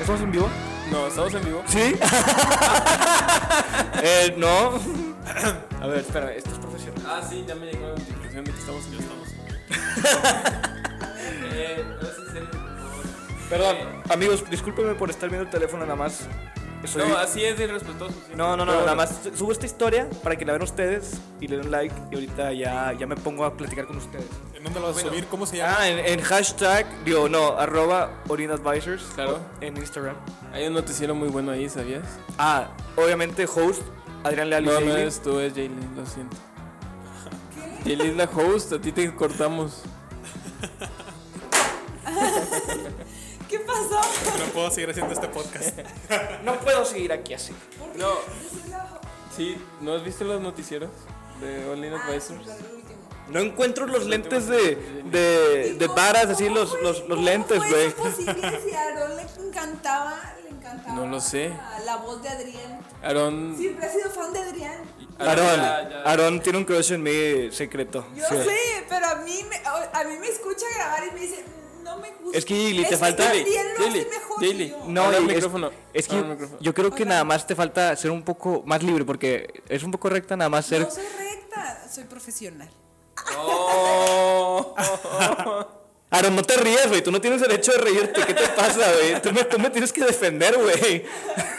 ¿Estamos en vivo? No, estamos en vivo. Sí. eh, no. A ver, espérame, esto es profesional. Ah, sí, ya me llegó la notificación de que estamos en vivo. Estamos. eh, no es en serio, por favor. Perdón, amigos, discúlpenme por estar viendo el teléfono nada más. Soy- No, así es de irrespetuoso. sí. no, no, no, Pero nada bueno, más subo esta historia para que la vean ustedes y le den like y ahorita ya, ya me pongo a platicar con ustedes. ¿En dónde lo vas a subir? ¿Cómo se llama? Ah, en, en hashtag, digo, no, arroba orinadvisors. Claro. En Instagram. Hay un noticiero muy bueno ahí, ¿sabías? Ah, obviamente host, Adrián Leal y No, no Hailey. eres tú, es Jaylin, lo siento. Jaylin es la host, a ti te cortamos. ¿Qué pasó? Ah. No puedo seguir haciendo este podcast. No puedo seguir aquí así. No. Sí, ¿no has visto los noticieros de All In Advisors? No encuentro los lentes de, de, de varas, así los, los, los lentes, güey. pues, Es posible si a Aarón le encantaba, le encantaba. No lo sé. la- La voz de Adrián. Aarón. Siempre ha sido fan de Adrián. Aarón, Ah, Ya, ya. Aarón tiene un crush en mí secreto. Yo Sí. sé, pero a mí, me, a mí me escucha grabar y me dice, no me gusta. Es que, Lili, te falta- Adrián lo hace Lili, mejor Lili. que yo. No, Habla al y es- micrófono, Es, que habla al yo- micrófono. yo creo que Hola. nada más te falta ser un poco más libre, porque es un poco recta nada más ser... No soy recta, soy profesional. Oh. Aarón, no te rías, güey, tú no tienes derecho de reírte, ¿qué te pasa, güey? Tú me, tú me tienes que defender, güey.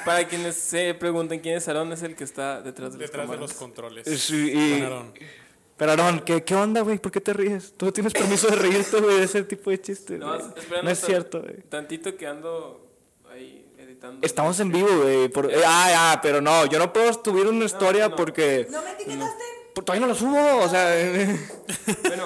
Para quienes se pregunten quién es Aarón, es el que está detrás de los Detrás de cámaras. los controles. Sí, y- Ganaron. Pero Aarón, ¿qué, qué onda, güey? ¿Por qué te ríes? Tú no tienes permiso de reírte, güey, de ese tipo de chistes, No, güey. espera, no es tan- cierto, güey. Tantito que ando ahí editando. Estamos en vivo, güey. por- eh, ah, ah, pero no, yo no puedo subir una historia porque. ¿No me etiquetaste? pues, todavía no lo subo, o sea. Bueno,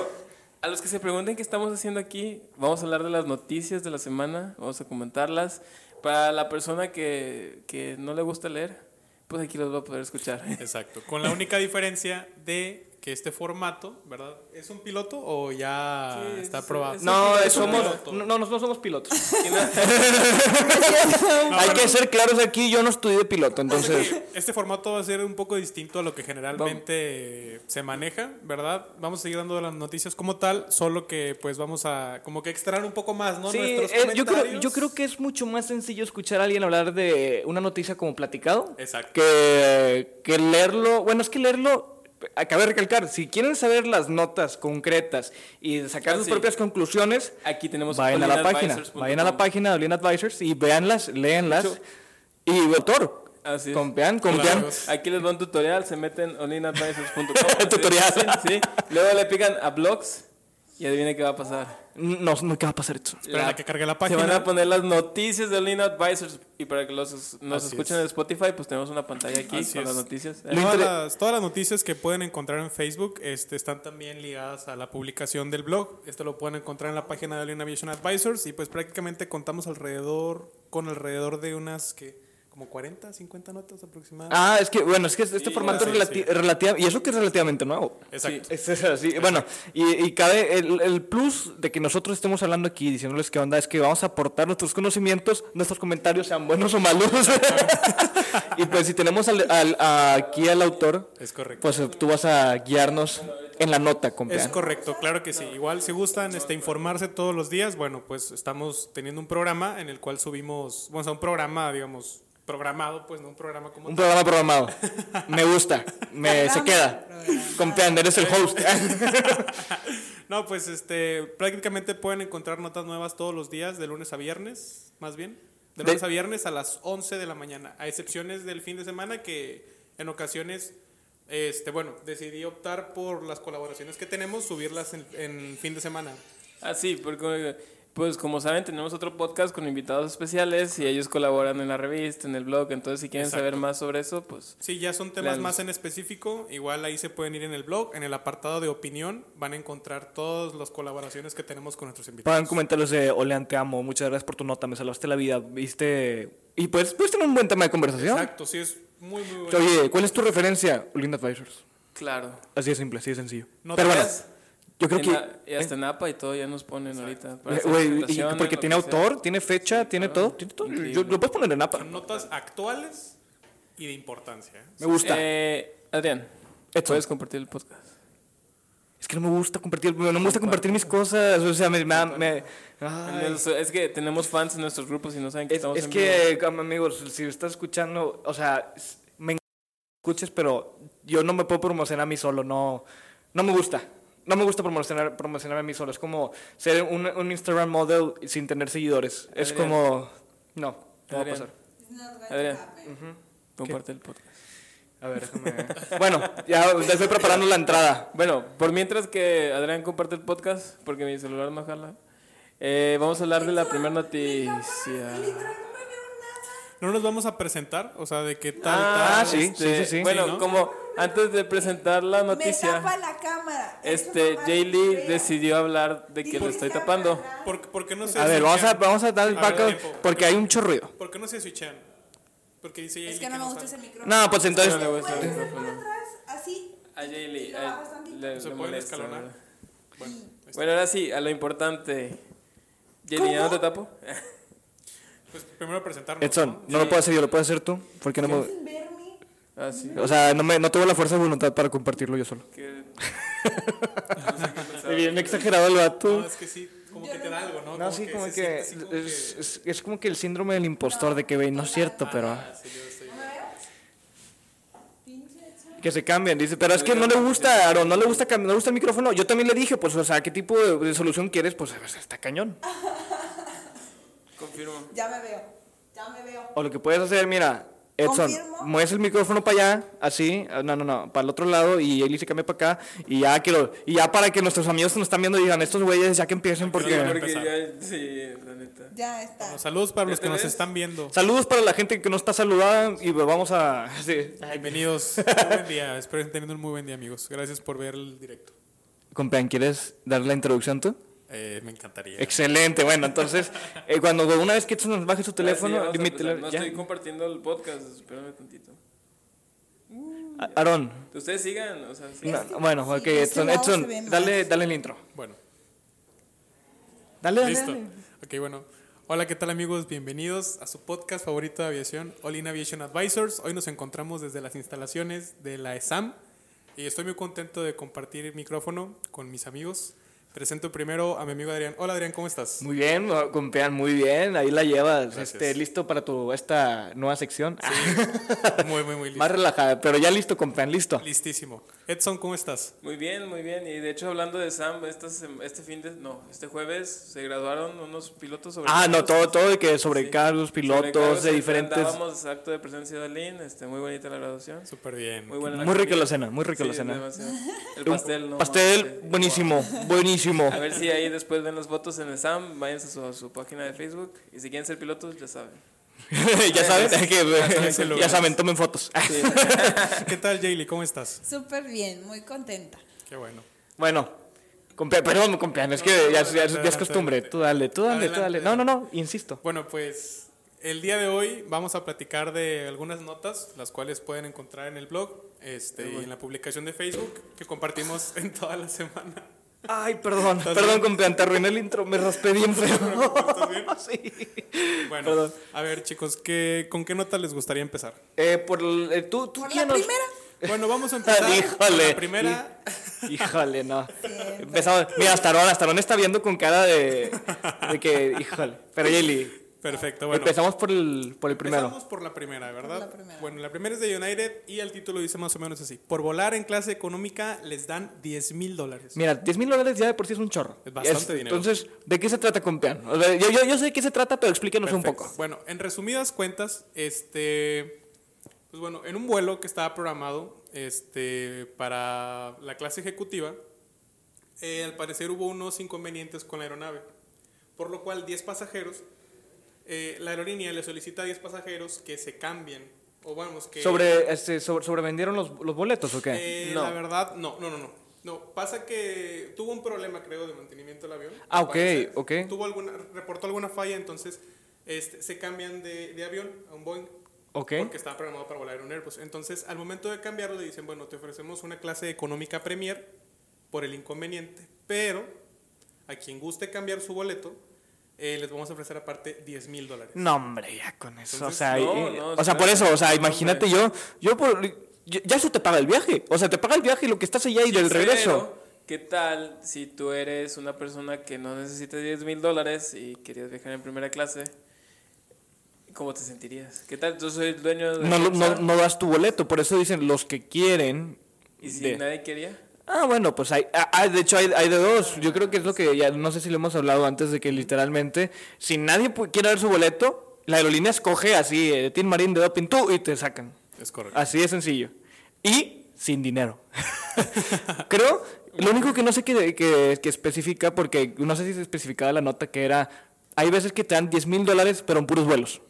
a los que se pregunten qué estamos haciendo aquí, vamos a hablar de las noticias de la semana, vamos a comentarlas. Para la persona que, que no le gusta leer, pues aquí los va a poder escuchar. Exacto. Con la única diferencia de que este formato, ¿verdad? ¿Es un piloto o ya Sí, está es- aprobado? es- No, es un somos. piloto. No, no, no somos pilotos. No, Hay pero que ser claros aquí, yo no estudié de piloto, entonces. Este formato va a ser un poco distinto a lo que generalmente se maneja, ¿verdad? Vamos a seguir dando las noticias como tal, solo que pues vamos a como que extraer un poco más, ¿no? Sí, Nuestros eh, yo, creo, comentarios. yo creo que es mucho más sencillo escuchar a alguien hablar de una noticia como platicado Exacto. que, que leerlo. Bueno, es que leerlo. Acabo de recalcar, si quieren saber las notas concretas y sacar Ah, sus sí. propias conclusiones, Aquí tenemos vayan a la página, olinadvisors.com. vayan a la página de Olin Advisors y veanlas, léanlas. Hecho. Y doctor, Así es. confían, confían. Claro. Aquí les va un tutorial, se meten olinadvisors.com. Tutorial. Sí, sí. Luego le pican a blogs y adivinen qué va a pasar. No, no, ¿qué va a pasar esto? Esperen a que cargue la Se van página. a poner las noticias de Lean Advisors. Y para que los, nos Así escuchen es. en Spotify, pues tenemos una pantalla aquí Así con las es. noticias. Lo todas, inter- las, todas las noticias que pueden encontrar en Facebook este, están también ligadas a la publicación del blog. Esto lo pueden encontrar en la página de Alien Aviation Advisors y pues prácticamente contamos alrededor, con alrededor de unas que como 40, 50 notas aproximadamente. Ah, es que, bueno, es que este formato sí, es relati- sí. relativa- y eso que es relativamente nuevo. Exacto. Es- es así. Bueno, y, y cabe el, el plus de que nosotros estemos hablando aquí diciéndoles qué onda es que vamos a aportar nuestros conocimientos, nuestros comentarios sean buenos o malos. y pues si tenemos al- al- a- aquí al autor, Ah, Es correcto. pues tú vas a guiarnos en la nota, Es pues, compadre. correcto, claro que sí. Igual si gustan este, informarse todos los días, bueno, pues estamos teniendo un programa en el cual subimos, bueno, o sea, un programa, digamos, programado, pues no un programa como Un tal. programa programado. Me gusta. Me, se Programa queda. programado. Compadre, eres el host. No, pues este, prácticamente pueden encontrar notas nuevas todos los días, de lunes a viernes, más bien. De De- lunes a viernes a las 11 de la mañana, a excepciones del fin de semana que en ocasiones Este, bueno, decidí optar por las colaboraciones que tenemos, subirlas en, en el fin de semana. Ah, sí, porque pues como saben tenemos otro podcast con invitados especiales y ellos colaboran en la revista, en el blog, entonces si quieren Exacto. saber más sobre eso, pues Sí, ya son temas Claro. más en específico. Igual ahí se pueden ir en el blog, en el apartado de opinión, van a encontrar todas las colaboraciones que tenemos con nuestros invitados. Pueden comentarios de Olean, te amo, muchas gracias por tu nota, me salvaste la vida, viste. Y pues, pues tener un buen tema de conversación. Exacto, sí, es muy, muy bueno. Oye, ¿cuál es tu referencia? Olin Advisors. claro. Así de simple, así de sencillo. No Pero te bueno, creas. yo creo En que. la- y hasta en APA y todo ya nos ponen ahorita. para eh, hacer güey, y- presentaciones, porque lo tiene que sea. autor, tiene fecha, tiene todo. Tiene todo. Increíble. Yo- lo puedes poner en APA. Son notas actuales y de importancia. ¿eh? Me gusta. Eh, Adrián, Edson. puedes compartir el podcast. Es que no me gusta compartir, no me gusta compartir mis cosas, o sea, me... me- me- ay. Entonces, es que tenemos fans en nuestros grupos y no saben que es, estamos es en vivo. que, am- amigos, si estás escuchando, o sea, s- me encanta que escuches, pero yo no me puedo promocionar a mí solo, no, no me gusta. No me gusta promocionar, promocionarme a mí solo, es como ser un, un Instagram model sin tener seguidores. Es Adrián. como... No, no va a Adrián. pasar. Nos va a Adrián. tapar. Comparte el podcast. A ver, déjame... bueno, ya ya estoy preparando la entrada. Bueno, por mientras que Adrián comparte el podcast, porque mi celular no jala, eh, vamos a hablar de la primera noticia. Literal, no me vieron nada. No nos vamos a presentar, o sea, de qué tal, Ah, tal. sí, sí, sí, sí. Este, Bueno, Sí, ¿no? como antes de presentar la Me noticia, tapa la cámara. Es este una madre Jay Lee fea. decidió hablar de que Dime lo estoy que tapando. habla. ¿Por, por qué no se A ver, vamos a, switchean? vamos a dar el A ver, backup tiempo. porque hay un chorrido. ¿Por qué no se switchan? Porque dice Yaeli Es que no me gusta sabe. ese micrófono. No, pues entonces... No le gusta el Puedes hacer por micrófono. atrás, así. A Jay y Lee, lo a- bajas tantito. le, ¿Se le pueden molesta. escalonar? ¿verdad? Bueno, ahí está. Bueno, ahora sí, a lo importante. Jay Lee, ¿ya no te tapo? pues primero presentarnos. Edson, ¿no? no lo puedo hacer yo, lo puedes hacer tú. Porque no me, Sin verme. Ah, sí. o sea, no, me, no tengo la fuerza de voluntad para compartirlo yo solo. que- Bien exagerado el No, vato. es que sí, como que te da algo, ¿no? No, sí, como se que. siente así como que- Es, es- es como que el síndrome del impostor de que, güey, no es cierto, pero. ¿No me veo? Pinche Edson. Que se cambian, dice. Pero es que no le gusta, Aaron, no le gusta, cam- no le gusta el micrófono. Yo también le dije, pues, o sea, ¿qué tipo de, de solución quieres? Pues, o sea, está cañón. Confirmo. Ya me veo. Ya me veo. O lo que puedes hacer, mira, Edson, Confirmo. mueves el micrófono para allá, así, ah, no, no, no, para el otro lado, y Eli se cambia para acá, y ya que lo- y ya para que nuestros amigos que nos están viendo digan, estos güeyes ya que empiecen porque. Porque empezar. ya, sí, la neta. Ya está. Bueno, saludos para los que nos ¿Ustedes? están viendo. Saludos para la gente que no está saludada y vamos a. sí. Bienvenidos. Muy buen día. Espero que estén teniendo un muy buen día, amigos. Gracias por ver el directo. Compean, ¿quieres dar la introducción tú? Eh, me encantaría. Excelente, bueno, entonces, eh, cuando una vez que tú nos baje su teléfono, Ah, sí, vamos a mi empezar. tele- no ya. estoy compartiendo el podcast, espérame tantito. A- Aarón, Ustedes sigan, o sea, sí. no, que- bueno, sí, ok, de este Edson, lado Edson, se ve más. dale, dale el intro. Bueno, Dale, dale. listo. dale. Ok, bueno. Hola, ¿qué tal amigos? Bienvenidos a su podcast favorito de aviación, All In Aviation Advisors. Hoy nos encontramos desde las instalaciones de la E ESAM y estoy muy contento de compartir el micrófono con mis amigos. Presento primero a mi amigo Adrián. Hola Adrián, ¿cómo estás? Muy bien, compean, muy bien, ahí la llevas. Gracias. Este, listo para tu esta nueva sección. Muy, muy, muy listo. Más relajada, pero ya listo, compean, listo. Listísimo. Edson, ¿cómo estás? Muy bien, muy bien. Y de hecho, hablando de Sam, esta sem- este fin de. No, este jueves se graduaron unos pilotos sobre. Ah, no, todo, todo de que sobrecargos, pilotos de diferentes. Estábamos exacto de presencia de Lynn, este, muy bonita la graduación. Súper bien. Muy buena la Muy rica comida. la cena, muy rica la Sí, cena. demasiado. El pastel, no. Pastel, manches, sí. buenísimo, buenísimo. A ver si ahí después ven las fotos en el Sam, váyanse a su, a su página de Facebook. Y si quieren ser pilotos, ya saben. ya saben, que- saben que lo ya ves. saben, tomen fotos. ¿Qué tal, Jaylee? ¿Cómo estás? Súper bien, muy contenta. Qué bueno. bueno, compa- perdón, compadre, es que ya, es- ya es- ya es costumbre. Tú dale, tú dale, tú dale. No, no, no, insisto. Bueno, pues el día de hoy vamos a platicar de algunas notas, las cuales pueden encontrar en el blog este, y en la publicación de Facebook que compartimos en toda la semana. Ay, perdón, perdón, compadre, te arruiné el intro, me raspé bien feo. ¿Estás bien? Sí. Bueno, Perdón. a ver chicos, ¿qué, ¿con qué nota les gustaría empezar? Eh, por el- eh, tú, tú ¿Por la guíanos. primera? Bueno, vamos a empezar con Híjole. la primera. Híjole, no. Siempre. Empezamos. Mira, Astarón, Astarón está viendo con cara de, de que, híjole. Pero Yeli, Perfecto, bueno. empezamos por el, por el primero. Empezamos por la primera, ¿verdad? la primera. Bueno, la primera es de United y el título dice más o menos así. Por volar en clase económica les dan 10 mil dólares. Mira, 10 mil dólares ya de por sí es un chorro. Es bastante dinero. Entonces, ¿de qué se trata, compean? O sea, yo, yo, yo sé de qué se trata, pero explíquenos un Perfecto. poco. Bueno, en resumidas cuentas, este Pues bueno, en un vuelo que estaba programado este, para la clase ejecutiva, eh, al parecer hubo unos inconvenientes con la aeronave, por lo cual 10 pasajeros, eh, la aerolínea le solicita a 10 pasajeros que se cambien, o vamos, que... Sobre, este, sobre, ¿Sobrevendieron los, los boletos o qué? Eh, No. La verdad, no, no, no, no. No, pasa que tuvo un problema, creo, de mantenimiento del avión. Ah, al ok, parecer. ok. Tuvo alguna, reportó alguna falla, entonces este, se cambian de, de avión a un Boeing. ok. Porque estaba programado para volar en un Airbus. Entonces, al momento de cambiarlo, le dicen, bueno, te ofrecemos una clase económica Premier por el inconveniente, pero a quien guste cambiar su boleto, eh, les vamos a ofrecer aparte 10 mil dólares. No, hombre, ya con eso. Entonces, o sea, no, eh, no, o sea por espera, eso, o sea, no, imagínate hombre. yo, yo por, yo- ya eso te paga el viaje. O sea, te paga el viaje y lo que estás allá y del Pero, regreso. ¿Qué tal si tú eres una persona que no necesita 10 mil dólares y querías viajar en primera clase? ¿Cómo te sentirías? ¿Qué tal? Yo soy el dueño de No, lo- no, Pixar, no das tu boleto, por eso dicen los que quieren. ¿Y si de- nadie quería? Ah, bueno, pues hay, ah, ah, de hecho hay, hay de dos. Yo creo que es lo que ya, no sé si lo hemos hablado antes de que literalmente, si nadie pu- quiere dar su boleto, la aerolínea escoge así, eh, Team Marín de Doping, tú y te sacan. Es correcto. Así de sencillo. Y sin dinero. Creo, lo único que no sé que, que, que especifica, porque no sé si se especificaba la nota, que era, hay veces que te dan 10 mil dólares, pero en puros vuelos.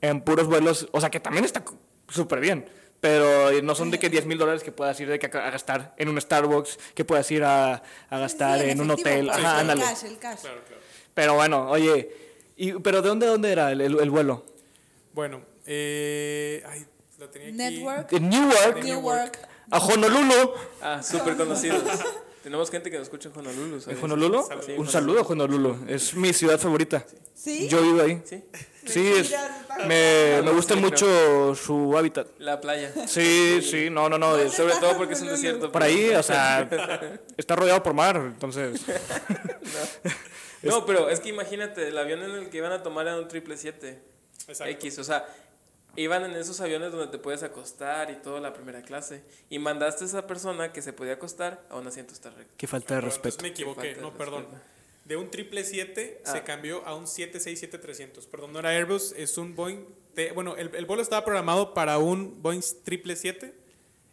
En puros vuelos, o sea que también está cu- súper bien, pero eh, no son de que 10 mil dólares que puedas ir de que a, a gastar en un Starbucks, que puedas ir a, a gastar Sí, en, un efectivo, hotel. pues, Ajá, el ándale. cash, el cash. Claro, claro. Pero bueno, oye, y, ¿pero de dónde, dónde era el, el- el vuelo? Bueno, eh, ay, la tenía aquí. Network, De Newark New Work. a Honolulu. Ah, súper conocidos. Tenemos gente que nos escucha en Honolulu. ¿sabes? ¿En Honolulu? Sí, Un saludo a Honolulu. Es mi ciudad favorita. ¿Sí? Yo vivo ahí. Sí, Sí, es- Mentira, me, me no, gusta sí, mucho su hábitat. la playa. Sí, sí, no, no, no. es- Sobre todo porque es un desierto. por ahí, o sea, está rodeado por mar, entonces. No, pero es que imagínate, el avión en el que iban a tomar era un 777. Exacto. X, o sea, iban en esos aviones donde te puedes acostar y todo la primera clase. Y mandaste a esa persona que se podía acostar a un asiento está recto. Qué falta de Perdón, entonces respeto. Me equivoqué, Falta de no, perdón. respeto. De un 777 se Ah. cambió a un 767-300. Perdón, no era Airbus, es un Boeing. T- bueno, el, el vuelo estaba programado para un Boeing 777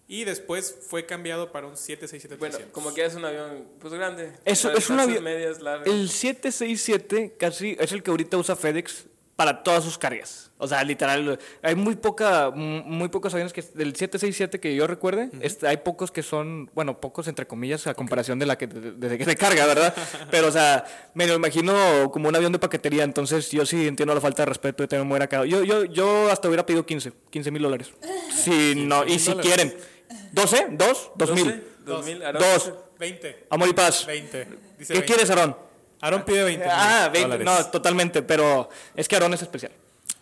y después fue cambiado para un 767-300. Bueno, como que es un avión, pues grande. Eso- Las es un clases avión- medias largas. El 767 casi es el que ahorita usa FedEx para todas sus cargas. O sea, literal, hay muy poca, m- muy pocos aviones que del 767 que yo recuerde, este, hay pocos que son, bueno, pocos entre comillas a comparación de la que de, de- que se carga, ¿verdad? Pero o sea, me lo imagino como un avión de paquetería, entonces yo sí entiendo la falta de respeto de tener muera acá. Yo yo yo hasta hubiera pedido 15, 15 mil dólares. Si no y si quieren 12, 2, 2 mil. 2000, 2, 20. amor y paz. 20. Dice ¿Qué 20. quieres, Aarón? Aarón pide 20. Ah, mil 20, no, Pues dólares. Pues, totalmente, pero es que Aarón es especial.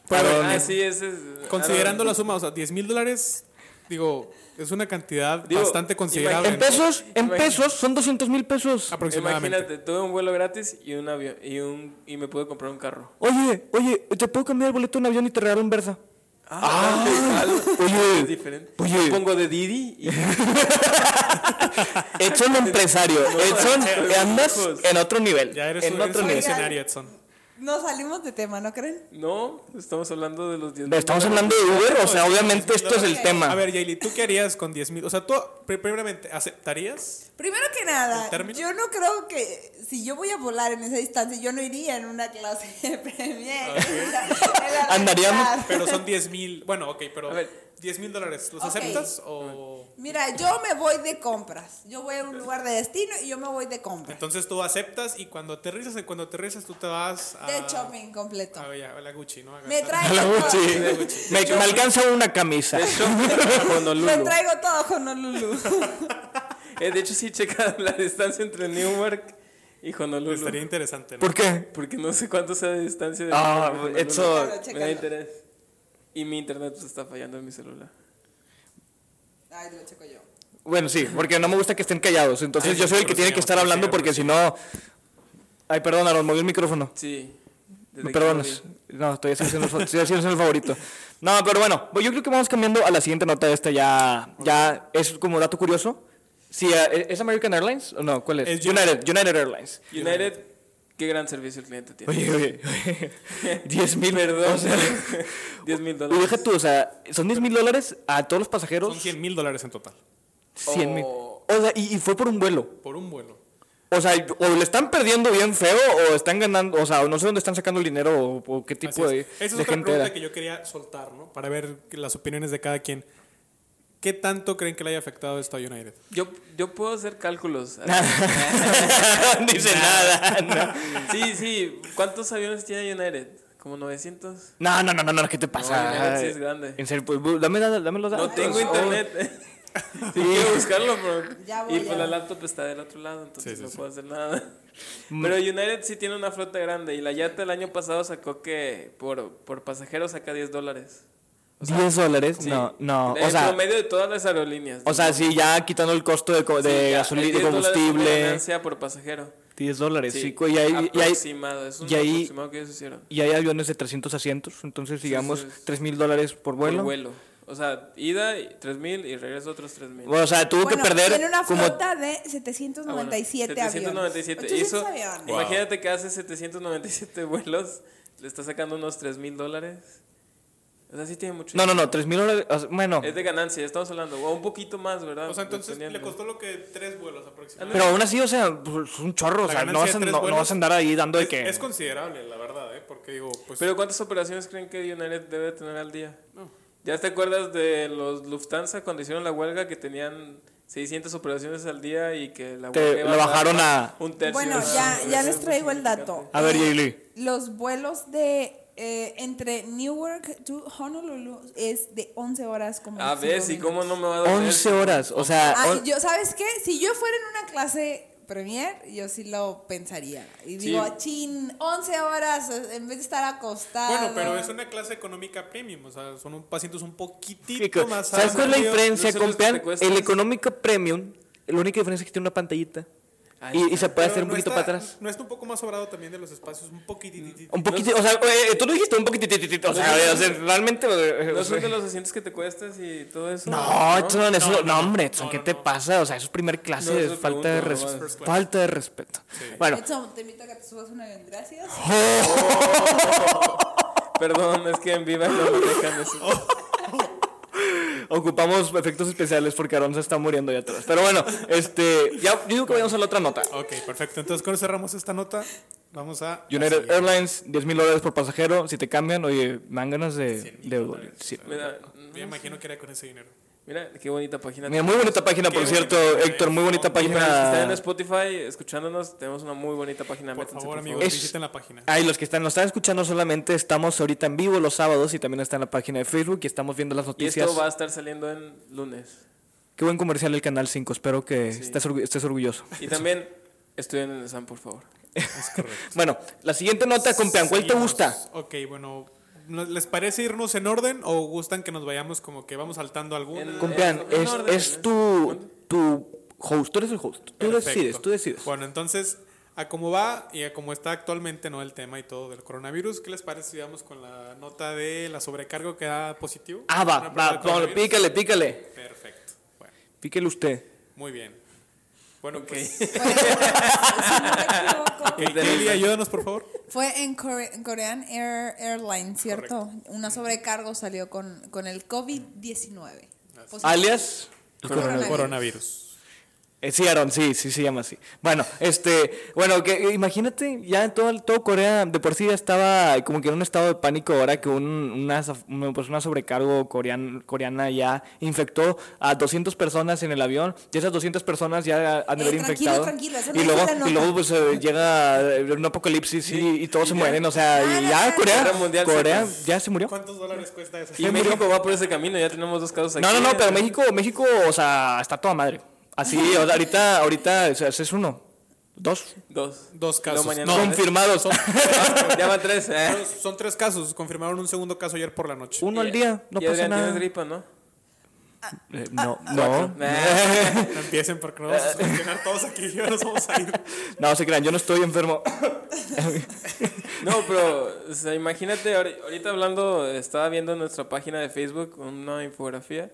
Aarón- Ah, sí, ese es. Considerando la suma, o sea, 10 mil dólares, digo, es una cantidad Digo, bastante imagínate- considerable. en ¿no? pesos, en Imagínate. pesos, son 200 mil pesos. Aproximadamente. Imagínate, tuve un vuelo gratis y un avión y un y me pude comprar un carro. Oye, oye, te puedo cambiar el boleto de un avión y te regalo un Versa. Ah, oye, es diferente. oye. Yo pongo de Didi y Edson empresario, Edson, andas en otro nivel. Ya eres en un, eres otro un nivel. visionario, Edson. No salimos de tema, ¿no creen? no, estamos hablando de los 10 Estamos hablando de Uber, o sea, obviamente esto es el Ok. tema. A ver, Yaeli, ¿tú qué harías con 10 mil? O sea, tú, pri- primeramente, ¿aceptarías? Primero que ¿El nada, término? yo no creo que si yo voy a volar en esa distancia, yo no iría en una clase de premier. O sea, en la Andaríamos, realidad. Pero son 10 mil. Bueno, ok, pero. A ver. 10 mil dólares, ¿los Ok. aceptas o.? Mira, yo me voy de compras. Yo voy a un lugar de destino y yo me voy de compras. Entonces tú aceptas y cuando aterrizas, y cuando aterrizas tú te vas a. De ah, shopping completo. A, ya, a la Gucci, ¿no? A Me gastar. traigo La Gucci. todo. Me, me alcanza una camisa. Me traigo todo Honolulu. Eh, de hecho, sí, checa la distancia entre Newark y Honolulu. Pues Estaría interesante, ¿no? ¿Por qué? Porque no sé cuánto sea de distancia de Ah, Newark a Honolulu. eso- Me Chécalo, da chécalo. interés. Y mi internet pues, está fallando en mi celular. Ay, lo checo yo. Bueno, sí, porque no me gusta que estén callados. Entonces Ay, yo soy el pero que tiene que señor, estar hablando señor, porque si no... Ay, perdón, Aarón, moví el micrófono. Sí. desde Me que perdonas. lo No, estoy haciendo, el fa- estoy haciendo el favorito. No, pero bueno, pues yo creo que vamos cambiando a la siguiente nota. Esta ya, ya es como dato curioso. Sí, eh, ¿Es American eh, Airlines? ¿O no? ¿Cuál es? Es United, United Airlines. vi. United Qué gran servicio el cliente tiene. Oye, oye, oye. 10 mil, Perdón, o sea, 10 mil y deja dólares. tú, o sea, son 10 mil dólares a todos los pasajeros. Son 100 mil Oh. dólares en total. 100 mil. O- O sea, y, y fue por un vuelo. Por un vuelo. O sea, o le están perdiendo bien feo o están ganando, o sea, no sé dónde están sacando el dinero o, o qué Así tipo de, es. Esa es de otra gente pregunta era. que yo quería soltar, ¿no? Para ver las opiniones de cada quien. ¿Qué tanto creen que le haya afectado esto a United? Yo, yo puedo hacer cálculos. Dice nada. no. sí, sí. ¿Cuántos aviones tiene United? ¿Como 900? No, no, no, no, no, ¿qué te pasa? United sí es grande. En serio, pues, bu- dame, la- dame los datos. No tengo Oh. internet. Sí, quiero buscarlo, pero. Ya voy, y ya pues la voy. laptop está del otro lado, entonces Sí, sí, no sí. Mm. puedo hacer nada. Pero United sí tiene una flota grande y la YATA el año pasado sacó que por, por pasajero saca 10 dólares. 10 dólares. Sí. este No, no. De- O sea, promedio de todas las aerolíneas. o sea, sí, ya quitando el costo de, co- Sí, de ya, gasolina, de 10 dólares es una combustible. ganancia por pasajero. 10 dólares, sí. Sí, co- y, hay, y, hay, aproximado, es un y ahí- aproximado que ellos hicieron. y hay aviones de 300 asientos, entonces digamos sí, sí. 3 mil dólares por Por vuelo. vuelo. O sea, ida 3.000 y regreso otros 3.000. O sea, tuvo Bueno, que perder Tiene una como flota de Ah, bueno, 797 797. aviones. 800 Eso, aviones. Imagínate que hace 797 vuelos, le está sacando unos 3 mil dólares. O sea, sí tiene mucho. No, no, dinero. no, 3 mil dólares. o sea, Bueno, Es de ganancia, estamos hablando. O un poquito más, ¿verdad? O sea, entonces le Ah, Dependiendo. costó lo que tres vuelos aproximadamente. pero aún así, o sea, pues, es un chorro. O La sea, no ganancia vas, de a, tres no- no vuelos vas a andar ahí dando de Es, que. es considerable, la verdad, ¿eh? Porque digo, pues. Pero ¿cuántas operaciones creen que United debe tener al día? ¿Ya te acuerdas de los Lufthansa cuando hicieron la huelga que tenían 600 operaciones al día y que la Te- huelga iba lo bajaron bajar a- un tercio? Bueno, de la ya, ya operación les traigo el dato. A ver, Eh, Yayli. Los vuelos de eh, entre Newark to Honolulu es de 11 horas como A ver, si como cómo no me va a doler. 11 horas, Ah, o sea. on- Ah, yo, ¿sabes qué? Si yo fuera en una clase premier, yo sí lo pensaría. Y Sí. digo, chin, 11 horas eh, en vez de estar acostado. Bueno, pero es una clase económica premium, o sea, son un, pacientes un poquitito más ¿Sabes cuál es la altos. diferencia, no son los que te compean? cuestan. El económico premium, la única diferencia es que tiene una pantallita. Ahí Y, y está. se puede Pero hacer un no poquito está- para atrás. No está un poco más sobrado también de los espacios, un poquitito. Un poquito, o sea, eh, tú lo dijiste un poquitito, o sea, No, o sea, realmente. eh, ¿No o sea, son de los asientos que te cuestas y todo eso? No, Edson, eso- no, no, hombre, Edson, no, ¿qué no, te no. pasa? O sea, eso es primer clase, No, eso es falta, de pregunto, res- nomás. falta de respeto. Bueno, Edson, te invito a que te subas un avión, gracias. Perdón, es que en viva no manejan eso. ocupamos efectos especiales porque Aaron se está muriendo allá atrás. Pero bueno, este, ya, yo digo que vayamos a la otra nota. Ok, perfecto. Entonces, cuando cerramos esta nota, vamos a. United Airlines, 10 mil dólares por pasajero. Si te cambian, oye, me dan ganas de. de- sí. Mira, Me imagino que era con ese dinero. mira, qué bonita página. Mira, muy bonita página, por Qué cierto, bonita, Héctor, muy bonita Y para los que están en página. Spotify escuchándonos, tenemos una muy bonita página. Por métanse, favor, amigos, favor. Es- visiten la página. Ay, los que están, nos están escuchando solamente estamos ahorita en vivo los sábados y también está en la página de Facebook y estamos viendo las Y noticias. esto va a estar saliendo en lunes. Qué buen comercial el Canal 5, espero que Sí. estés, orgu- estés orgulloso. Y también estudien en el SAM, por favor. Bueno, la siguiente nota, compean, ¿cuál te Seguimos. gusta? Ok, bueno. ¿no- ¿Les parece irnos en orden o gustan que nos vayamos como que vamos saltando alguna? En- Compean, en es, orden, ¿eh? es tu, tu host, tú eres el host, tú Perfecto. decides, tú decides. Bueno, entonces, a cómo va y a cómo está actualmente no el tema y todo del coronavirus, ¿qué les parece si vamos con la nota de la sobrecarga que da positivo? Ah, va, Una va, prueba de ponlo, coronavirus. pícale, pícale, Perfecto. Bueno, pícale usted. muy bien. Bueno, pues, Bueno, si no me equivoco, ok, Kelly, ayúdanos por favor. Fue en, Core- en Korean Air Airlines, ¿cierto? Una sobrecargo salió con, con el COVID-19. Positivo. Ah, Alias. Coronavirus. Coronavirus. Eh, sí, Aaron, sí, sí se llama así. Bueno, este, bueno, que eh, imagínate, ya en todo, todo Corea de por sí ya estaba como que en un estado de pánico ahora que un- una, saf- una- pues, una sobrecargo corean- coreana ya infectó a 200 personas en el avión y esas 200 personas ya han de haber Eh, tranquilo, infectado. tranquilo, eso no y, es luego, la nota. y luego pues eh, llega eh, un apocalipsis y, y todos se mueren, o sea, y Ah, ya la Corea, guerra mundial se Corea acaba. ya se murió. ¿Cuántos dólares cuesta eso? Y México va por ese camino, ya tenemos dos casos aquí. No, no, no, pero México, México, o sea, está toda madre. Así, o sea, ahorita, ahorita, o sea, ese es uno, dos. Dos. Dos Luego casos. mañana No, tres. Confirmados. Ya van tres. Son- ¿eh? Son tres casos, confirmaron un segundo caso ayer por la noche. Uno al día, no y pasa Adrián, nada. tienes gripa, ¿no? Eh, no, no. Nah. No empiecen porque nos vamos a solucionar todos aquí, ya nos vamos a ir. No se crean, yo no estoy enfermo. No, pero o sea, imagínate, ahori- ahorita hablando, estaba viendo en nuestra página de Facebook una infografía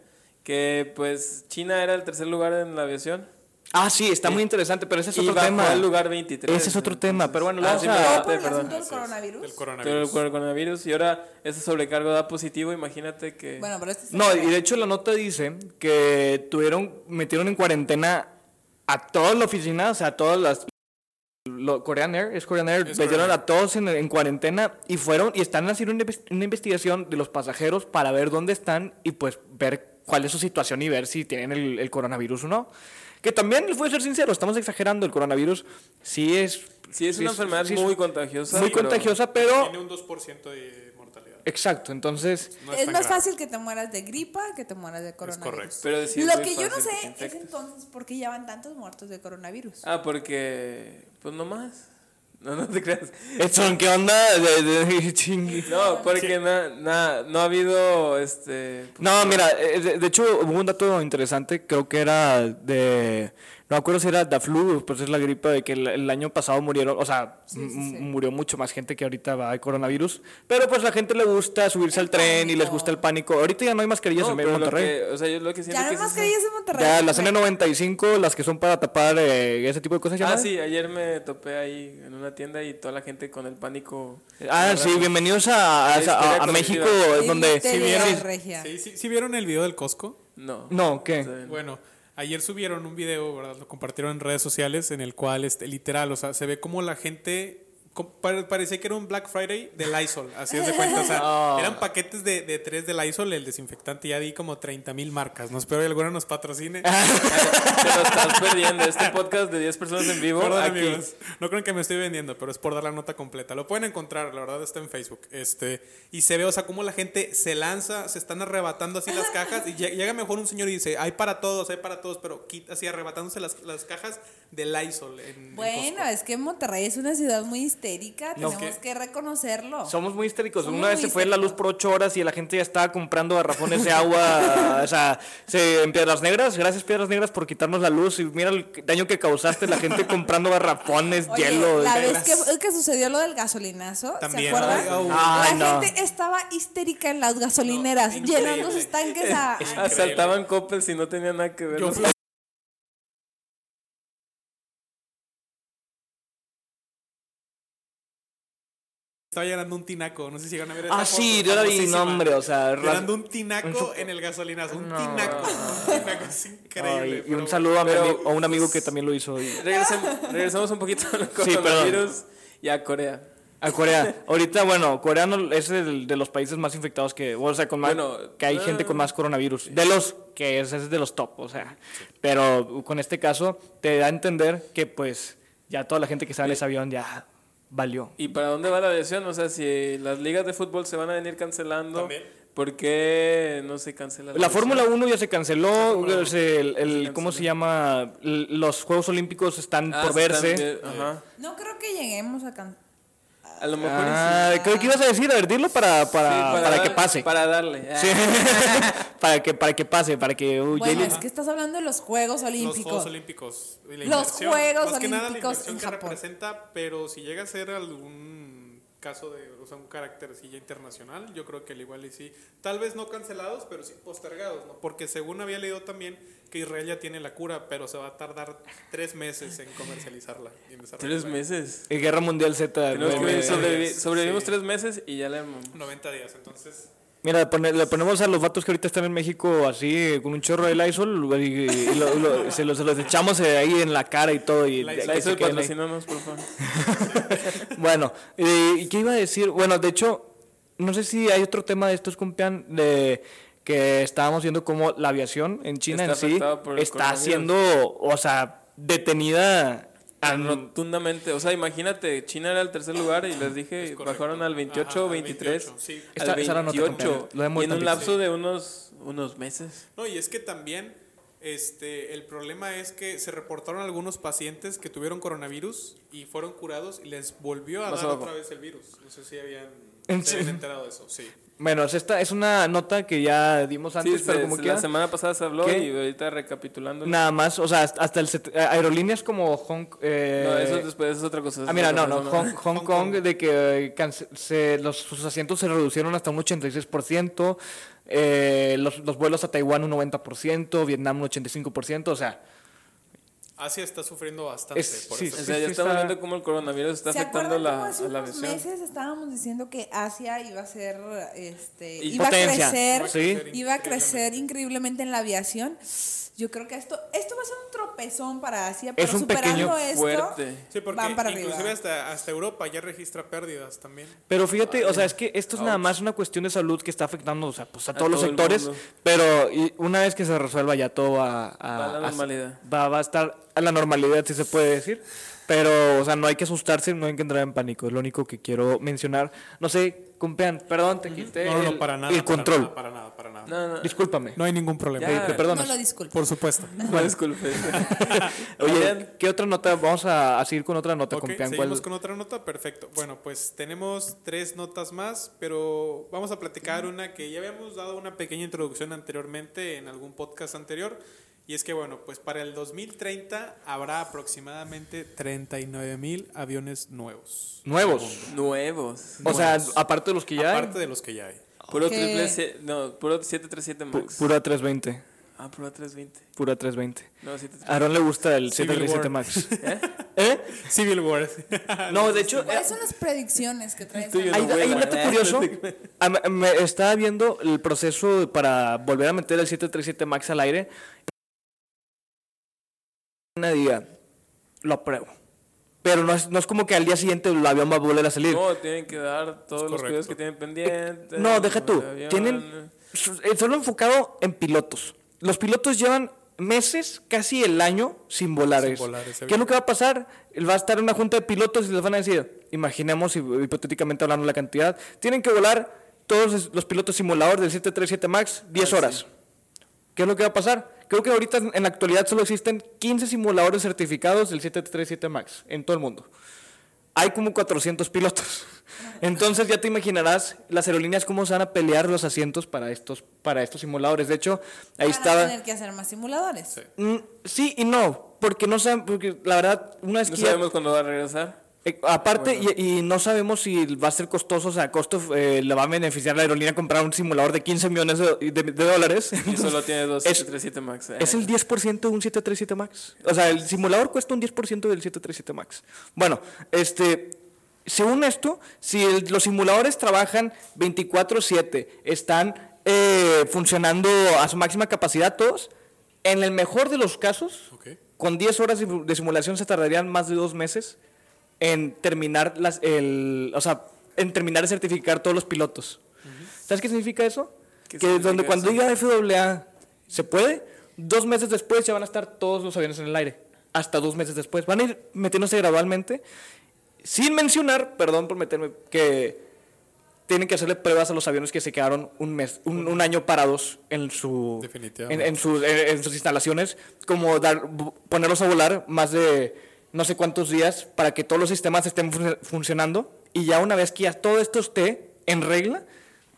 que pues China era el tercer lugar en la aviación Ah, sí, está muy interesante, pero ese es y otro bajó tema. al lugar 23. Ese es otro tema, pero bueno, lo Ah, vamos sí, a- me- Todo por el perdón. asunto del del coronavirus. Pero coronavirus. el coronavirus y ahora ese sobrecargo da positivo, imagínate que... Bueno, pero este es No, el- y de hecho la nota dice que tuvieron, metieron en cuarentena a toda la oficina, o sea, a todas las... Lo, Korean Air, es Korean Air, Es metieron Korean Air. a todos en, en cuarentena y fueron y están haciendo una, inves- una investigación de los pasajeros para ver dónde están y pues ver cuál es su situación y ver si tienen el, el coronavirus o no. Que también, les voy a ser sincero, estamos exagerando, el coronavirus sí es... Sí, es una enfermedad sí es muy contagiosa. Muy pero- contagiosa, pero... Tiene un 2% de mortalidad. Exacto, entonces... No es tan más grave. fácil que te mueras de gripa que te mueras de correcto. coronavirus. Pero sí es Lo muy que yo no fácil que sé te es infectes. entonces por qué ya van tantos muertos de coronavirus. Ah, porque... Pues no más. No, no te creas. Edson, ¿qué onda? De- de- ching- No, porque na- na- no ha habido este... No, mira, eh, de, de hecho hubo un dato interesante, creo que era de, no me acuerdo si era Daflu, pues es la gripa de que el, el año pasado murieron, o sea, m- m- murió mucho más gente que ahorita va de coronavirus, pero pues la gente le gusta subirse al tren y les gusta el pánico. Ahorita ya no hay mascarillas No, en medio pero de lo Monterrey. que- o sea, yo lo que siento ya que no es hay esa- mascarillas en Monterrey. Ya las güey. N95, las que son para tapar eh, ese tipo de cosas. ¿ya Ah, no? sí, ayer me topé ahí en una tienda y toda la gente con el pánico. Ah, sí, bienvenidos a, a- La historia a- a colectiva. México, eh, Sí, donde... te Sí, digo, vieron- regia. Sí, sí, sí vieron el video del Costco? No. No, ¿qué? Está bien. Bueno, ayer subieron un video, ¿verdad? Lo compartieron en redes sociales en el cual, este, literal, o sea, se ve como la gente... com- pare- Parecía que era un Black Friday de Lysol, así es de cuenta. O sea, eran paquetes de, de tres de Lysol, el desinfectante, ya di como 30 mil marcas. No espero que alguna nos patrocine. Te lo estás perdiendo. Este podcast de 10 personas en vivo. Perdón, aquí. amigos. No creo que me estoy vendiendo, pero es por dar la nota completa. Lo pueden encontrar, la verdad está en Facebook. Este, y se ve, o sea, cómo la gente se lanza, se están arrebatando así las cajas. Y lle- llega mejor un señor y dice, hay para todos, hay para todos, pero quita- así arrebatándose las, las cajas de Lysol. en- en Bueno, Costco. es que Monterrey es una ciudad muy histérica, No, tenemos que- que reconocerlo. Somos muy histéricos. Somos Una vez muy se fue la luz por ocho horas y la gente ya estaba comprando garrafones de agua. o sea, se- en Piedras Negras. Gracias, Piedras Negras, por quitarnos la luz. Y mira el daño que causaste la gente comprando garrafones, Oye, hielo. la de vez que, que sucedió lo del gasolinazo, ¿se También. acuerdan? Ay, au. la Ay, no. gente estaba histérica en las gasolineras, No, llenando sus increíble. tanques a... a- Asaltaban Coppel y no tenía nada que ver. Yo fui- Estaba llenando un tinaco, no sé si llegan a ver esa Ah, sí, foto yo la vi, famosísima. no, hombre, o sea, ras- Llenando un tinaco en el gasolinazo, un tinaco, un tinaco, es increíble. Ay, y un pero- saludo a, mi pero- ami- a un amigo que también lo hizo. y- Regresem- regresamos un poquito al perdón. coronavirus y a Corea. A Corea. Ahorita, bueno, Corea no- es el de los países más infectados que. O sea, con más. Bueno, que hay ah. gente con más coronavirus. De los que es, es de los top, o sea. Pero con este caso, te da a entender que, pues, ya toda la gente que estaba en ese avión ya valió. ¿Y para dónde va la aviación? O sea, si las ligas de fútbol se van a venir cancelando, También. ¿por qué no se cancela La aviación? Fórmula 1 ya se canceló, o sea, el, el- ¿cómo se llama? L- Los Juegos Olímpicos están Ah, por sí, verse. también, ajá. No creo que lleguemos a... can- A lo mejor y sí. Ah, creo que ibas a decir, a ver, dilo para, para, Sí, para, dar- que pase. Para darle. Ah. Sí. para, que, para que pase, para que... uh, Bueno, Jalen- es que estás hablando de los Juegos Los Juegos Olímpicos. Olímpicos. y la Los inversión, Juegos más que nada la Olímpicos inversión en que Japón. representa, pero si llega a ser algún caso de, o sea, un caractercilla internacional, yo creo que al igual y sí, tal vez no cancelados, pero sí postergados, ¿no? Porque según había leído también que Israel ya tiene la cura, pero se va a tardar tres meses en comercializarla. y en desarrollarla. Tres meses. Eh, Guerra Mundial Z. Tenemos que güey. Nueve sobrevi- meses, sobrevivimos sí. tres meses y ya le... 90 días, entonces... Mira, le, pone- le ponemos a los vatos que ahorita están en México así, con un chorro de Lysol, güey, y, y lo- lo- se, los, se los echamos eh, ahí en la cara y todo. Y Lysol. que La se hizo el queden ahí. patrocinanos, por favor. Bueno, eh, ¿y qué iba a decir? Bueno, de hecho, no sé si hay otro tema de estos, compian, de que estábamos viendo cómo la aviación en China Está en sí afectada por el está coronavirus. siendo, o sea, detenida. a- Mm. Rotundamente. O sea, imagínate, China era el tercer lugar y les dije, correcto. bajaron al 28, Ajá, al 23. 28, sí. Esta- al esa era la nota 28. completa. Lo hemos y en un tantito. lapso de unos, unos meses. No, y es que también este, el problema es que se reportaron algunos pacientes que tuvieron coronavirus y fueron curados y les volvió a Más dar abajo. otra vez el virus. No sé si habían, ¿En se habían serio? enterado de eso, sí. Bueno, es esta es una nota que ya dimos antes, Sí, pero se- como se- que... la semana pasada se habló ¿Qué? y ahorita recapitulando. Nada más, o sea, hasta hasta el... set- aerolíneas como Hong... eh, No, eso después eso es otra cosa. eso Ah, es mira, otra no, no, persona. Hong, Hong Kong, de que eh, cance- se- los, sus asientos se reducieron hasta un 86%, eh, los, los vuelos a Taiwán un 90%, Vietnam un 85%, o sea, Asia está sufriendo bastante. Es- por sí, eso. O sea, ya sí estamos está- viendo cómo el coronavirus está ¿Se afectando acuerdan la, cómo a hace la unos visión. meses estábamos diciendo que Asia iba a ser, este, Y iba a potencia. crecer, Sí. iba a crecer increíblemente en la aviación? Yo creo que esto, esto va a ser un tropezón para Asia, pero un pequeño superando esto, fuerte. Sí, porque van para arriba. inclusive hasta, hasta Europa ya registra pérdidas también. Pero fíjate, o sea, es que esto es nada Ouch. más una cuestión de salud que está afectando o sea, pues a, A todos los todo el sectores, mundo. pero y una vez que se resuelva ya todo va a, Va a la a- normalidad. Va, va a estar a la normalidad, si se puede decir. Pero, o sea, no hay que asustarse, no hay que entrar en pánico. Es lo único que quiero mencionar. No sé, Compean, perdón, te quité No, no, el, no, para nada. el para control. nada, Para nada, para nada. No, no, Discúlpame. No hay ningún problema. Ya. me perdonas. No lo disculpo. Por supuesto. no disculpe. Oye, ¿qué otra nota? Vamos a, a seguir con otra nota, Ok, Compean. ¿Cuál- seguimos con otra nota, perfecto. Bueno, pues tenemos tres notas más, pero vamos a platicar una que ya habíamos dado una pequeña introducción anteriormente en algún podcast anterior. Y es que, bueno, pues para el 2030 habrá aproximadamente 39 mil aviones nuevos. Nuevos. Nuevos. O sea, aparte de los que ya hay, Aparte de los que ya hay. Puro ¿Qué? triple C- no, puro 737 pu- Max. pura 320. Ah, puro 320. Pura 320. No, 737. A Aaron le gusta el Civil 737 War. Max. ¿Eh? ¿Eh? Civil War. No, de hecho, eh, ¿Cuáles Pues son las predicciones que traes? Tuyo, hay, no, hay güey, un dato güey. curioso. Ah, me- me estaba viendo el proceso para volver a meter el 737 Max al aire. Una día lo apruebo. Pero no es, no es como que al día siguiente el avión va a volver a salir. No, tienen que dar todos los correcto. cuidados que tienen pendientes. No, deja tú. el avión. Tienen su- eh, solo enfocado en pilotos. Los pilotos llevan meses, casi el año, sin volar. Sin eso. volar ese ¿Qué es lo que va a pasar? Va a estar una junta de pilotos y les van a decir, imaginemos, hi- hipotéticamente hablando la cantidad, tienen que volar todos es- los pilotos simulador del 737 MAX 10 Ah, horas. sí. ¿Qué es lo que va a pasar? Creo que ahorita en la actualidad solo existen 15 simuladores certificados del 737 MAX en todo el mundo hay como 400 pilotos. Entonces ya te imaginarás las aerolíneas cómo se van a pelear los asientos para estos, para estos simuladores. De hecho, ahí Van a estaba... tener que hacer más simuladores. Mm, sí y no, porque no saben, porque la verdad, una vez No que ya- sabemos cuándo va a regresar. eh, aparte, y, y no sabemos si va a ser costoso, o sea, costo eh, le va a beneficiar a la aerolínea comprar un simulador de 15 millones de, de- de dólares. Y solo tiene dos Es, 737 Max. eh. es el 10% de un 737 MAX. O sea, el simulador cuesta un 10% del 737 MAX. Bueno, este, según esto, si el- los simuladores trabajan 24/7, están eh, funcionando a su máxima capacidad todos, en el mejor de los casos, Ok. con 10 horas de de simulación se tardarían más de dos meses en terminar las, el, o sea, en terminar de certificar todos los pilotos. ¿Sabes qué significa eso? ¿Qué que significa donde cuando eso? diga FAA se puede, dos meses después ya van a estar todos los aviones en el aire. Hasta dos meses después. Van a ir metiéndose gradualmente. Sin mencionar, perdón por meterme, que tienen que hacerle pruebas a los aviones que se quedaron un mes, un, un año parados en su en, Definitivamente. en sus, en- en sus instalaciones, como dar, bu- ponerlos a volar más de no sé cuántos días para que todos los sistemas estén fun- funcionando y ya una vez que ya todo esto esté en regla,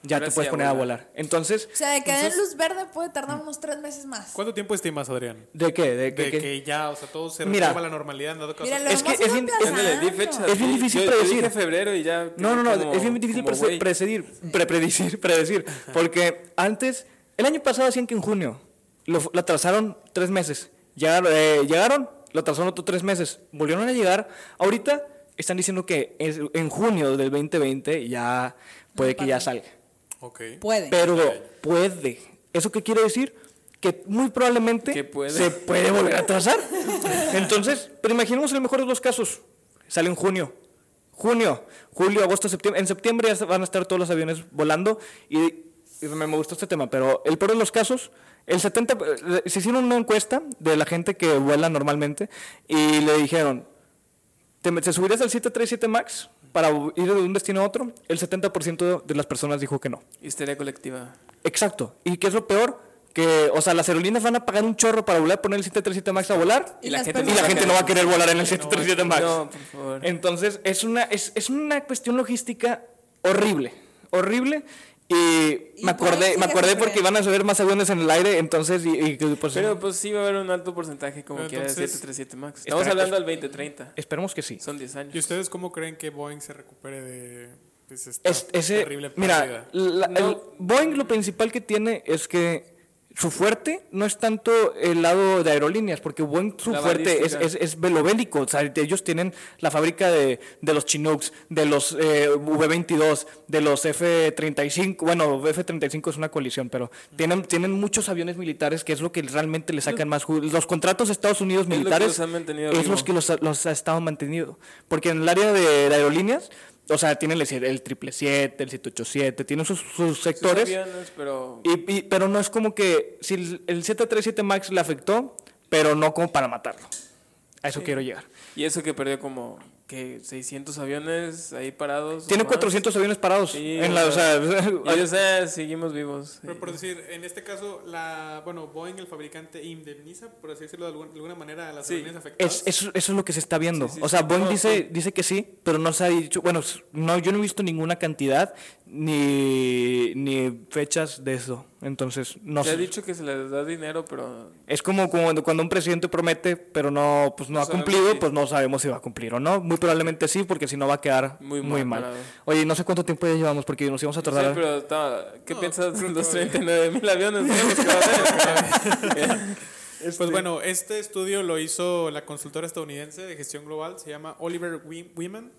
ya Ahora te sí puedes a poner a volar. volar. Entonces, O sea, de que den luz verde puede tardar unos tres meses más. ¿Cuánto tiempo estimas, Adrián? ¿de qué? ¿De qué? De qué? que ya, o sea, todo se Mira. resuelva a la normalidad en dado caso. Mira, lo Es que vamos es bien- aplazando. Ándale, di fecha. Es bien Yo- difícil yo predecir. dije febrero y ya. No, no, no, como- es bien difícil como prese- güey. precedir, pre- predecir, predecir, porque antes, el año pasado hacían que en junio, lo, lo atrasaron tres meses, llegaron, eh, llegaron, lo atrasaron otros tres meses, volvieron a llegar, ahorita están diciendo que es- en junio del 2020 ya puede que ya salga, Ok. Puede. pero puede, ¿eso qué quiere decir? Que muy probablemente Que puede. se puede volver a atrasar. Entonces, pero imaginemos el mejor de los casos, sale en junio, junio, julio, agosto, septiembre. En septiembre ya van a estar todos los aviones volando y, y me, me gustó este tema, pero el peor de los casos, el 70, eh, se hicieron una encuesta de la gente que vuela normalmente y le dijeron, ¿te, te subirías al 737 MAX para ir de un destino a otro? El 70% de las personas dijo que no. Histeria colectiva. Exacto. ¿Y qué es lo peor? Que, o sea, las aerolíneas van a pagar un chorro para volar, poner el 737 MAX a volar Y las y la gente no va a querer volar en el 737 MAX. No, por favor. Entonces, es una, es, es una cuestión logística horrible, horrible. Y Y me por ahí acordé, sigue me acordé sucediendo. porque iban a subir más aviones en el aire, entonces, y, y que, pues, Pero pues sí va a haber un alto porcentaje como Pero quiera de entonces- 737 Max. Estamos Espera, hablando al 2030. esperemos que sí. Son 10 años. ¿Y ustedes cómo creen que Boeing se recupere de pues, esta Es, ese, terrible mira, pérdida? la- No. el Boeing lo principal que tiene es que su fuerte no es tanto el lado de aerolíneas, porque buen su La fuerte es, balística. es, es velobélico. O sea, ellos tienen la fábrica de, de los Chinooks, de los eh, V-22, de los F-35. Bueno, F-35 es una colisión, pero tienen, tienen muchos aviones militares que es lo que realmente le sacan más jugo. Los contratos de Estados Unidos lo que militares los han mantenido es vivo. los que los, ha- los ha estado mantenido. Porque en el área de, de aerolíneas, o sea, tienen el 777, el 787, tienen sus, sus Sus sectores. aviones, pero Y- y- pero no es como que si el- el 737 Max le afectó, pero no como para matarlo. A eso quiero llegar. y eso que perdió como que 600 aviones ahí parados. Tiene o más. 400 aviones parados. Sí, en la, o sea, Y, o sea, seguimos vivos. Pero por decir, en este caso, la, bueno, Boeing, el fabricante, indemniza, por así decirlo de alguna, de alguna manera, a las Sí. aerolíneas afectadas. es, eso, eso es lo que se está viendo. Sí, sí, o sea, sí. Boeing No, pues. dice, sí. dice que sí, pero no se ha dicho. Bueno, s- no, yo no he visto ninguna cantidad ni, ni fechas de eso. Entonces, no se ha sé. dicho que se les da dinero, pero Es como cuando, cuando un presidente promete, pero no, pues no No ha sabemos cumplido, si- pues no sabemos si va a cumplir o no. Muy probablemente sí, porque si no va a quedar muy, Muy mal. mal parado. Oye, no sé cuánto tiempo ya llevamos, porque nos íbamos a No tardar. sé, pero está- ¿qué No, piensas de creo los que va 39 mil aviones nuevos que va a haber? Pues bueno, este estudio lo hizo la consultora estadounidense de gestión global, se llama Oliver Wi- Wyman,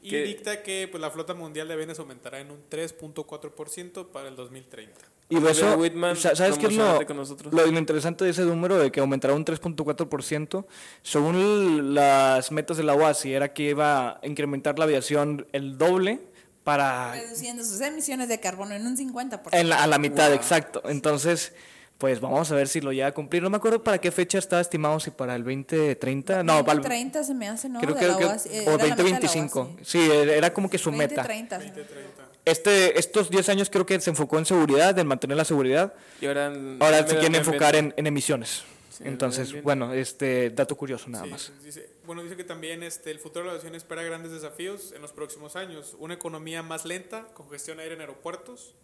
y Que- dicta que pues, la flota mundial de aviones aumentará en un 3.4% para el 2030. y de eso, Oliver Whitman, sa- ¿sabes qué es lo, promocionate con nosotros. lo interesante de ese número de que aumentará un 3.4%? Según l- las metas de la OASI, era que iba a incrementar la aviación el doble para Reduciendo sus emisiones de carbono en un 50%. En la- a la mitad, exacto. Entonces, pues vamos a ver si lo llega a cumplir. No me acuerdo para qué fecha estaba estimado, si para el 20, 30. No, para el, 30 se me hace, ¿no? creo De que la creo que- UAS, eh, o era la meta de la 2025. UAS, sí. Sí, era como que su meta. 2030. se me hace. Este, estos 10 años creo que se enfocó en seguridad, en mantener la seguridad. Y ahora, en- Ahora en se medio quieren ambiente. enfocar en, en emisiones. en el Entonces, ambiente. bueno, este dato curioso nada Sí, más. dice- bueno, dice que también este, el futuro de la aviación espera grandes desafíos en los próximos años. Una economía más lenta, congestión aérea en aeropuertos,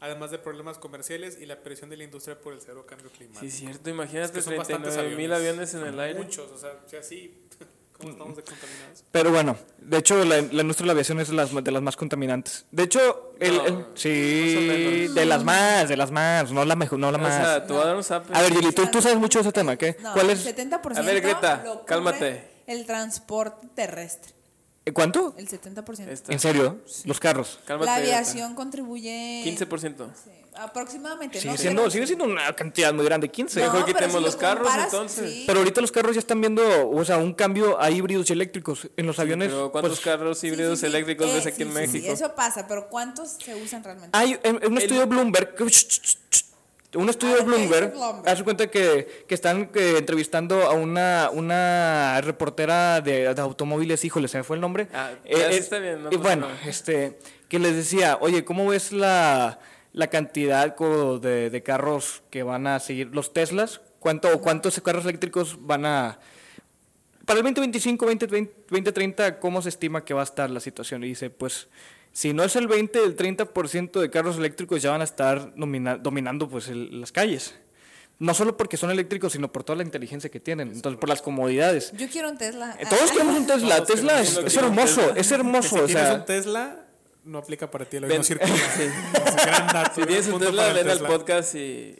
además de problemas comerciales y la presión de la industria por el cero cambio climático. Sí, cierto, imagínate Es que son bastantes 39 mil aviones en el aire. Muchos, o sea, si así, ¿cómo estamos de contaminados? Pero bueno, de hecho, la, la industria de la aviación es las, de las más contaminantes. De hecho, el, No, el- sí, menos. de las más, de las más, no la mejor, no la O más. sea, te voy a dar un zap. A ver, Yeli, tú, tú sabes mucho de ese tema, ¿qué? No, ¿Cuál es? El 70% A ver, Greta, lo cubre cálmate. El transporte terrestre. ¿Eh, ¿Cuánto? El 70%. Esta. ¿En serio? Los carros. Este, Cálmate, la Greta. aviación contribuye 15%. sí, aproximadamente. Sigue ¿no? siendo, Pero- sigue siendo una cantidad muy grande, 15. No, Mejor pero quitemos si lo los carros, comparas, entonces. sí. Pero ahorita los carros ya están viendo, o sea, un cambio a híbridos y eléctricos en los aviones. Pero ¿cuántos pues, carros Sí, sí, híbridos sí. eléctricos Eh, ves aquí sí, en sí, sí, México? eso pasa, pero ¿cuántos se usan realmente? Hay en, en un estudio de Bloomberg. que- Un estudio Ah, de ok, es de Bloomberg. Bloomberg. Haz de cuenta que, que están que, entrevistando a una, una reportera de, de automóviles, híjole, se me fue el nombre. Eh, Ah, ya está bien, no y pasa bueno, nada. este, que les decía, oye, ¿cómo ves la, la cantidad co- de, de carros que van a seguir? ¿Los Teslas? ¿Cuánto, o ¿Cuántos carros eléctricos van a.? Para el 2025, 2020, 2030, ¿cómo se estima que va a estar la situación? Y dice, pues, si no es el 20, el 30% de carros eléctricos ya van a estar domina- dominando pues, el- las calles. No solo porque son eléctricos, sino por toda la inteligencia que tienen, entonces por las comodidades. Yo quiero un Tesla. Eh, Todos queremos un Tesla. Todos Tesla queremos es, uno es que tiene un hermoso, Tesla. es hermoso. Si o tienes sea, un Tesla, no aplica para ti, lo Ven- mismo circula. Sí. Gran dato, Si gran tienes un punto Tesla, para el ven al Tesla. podcast y,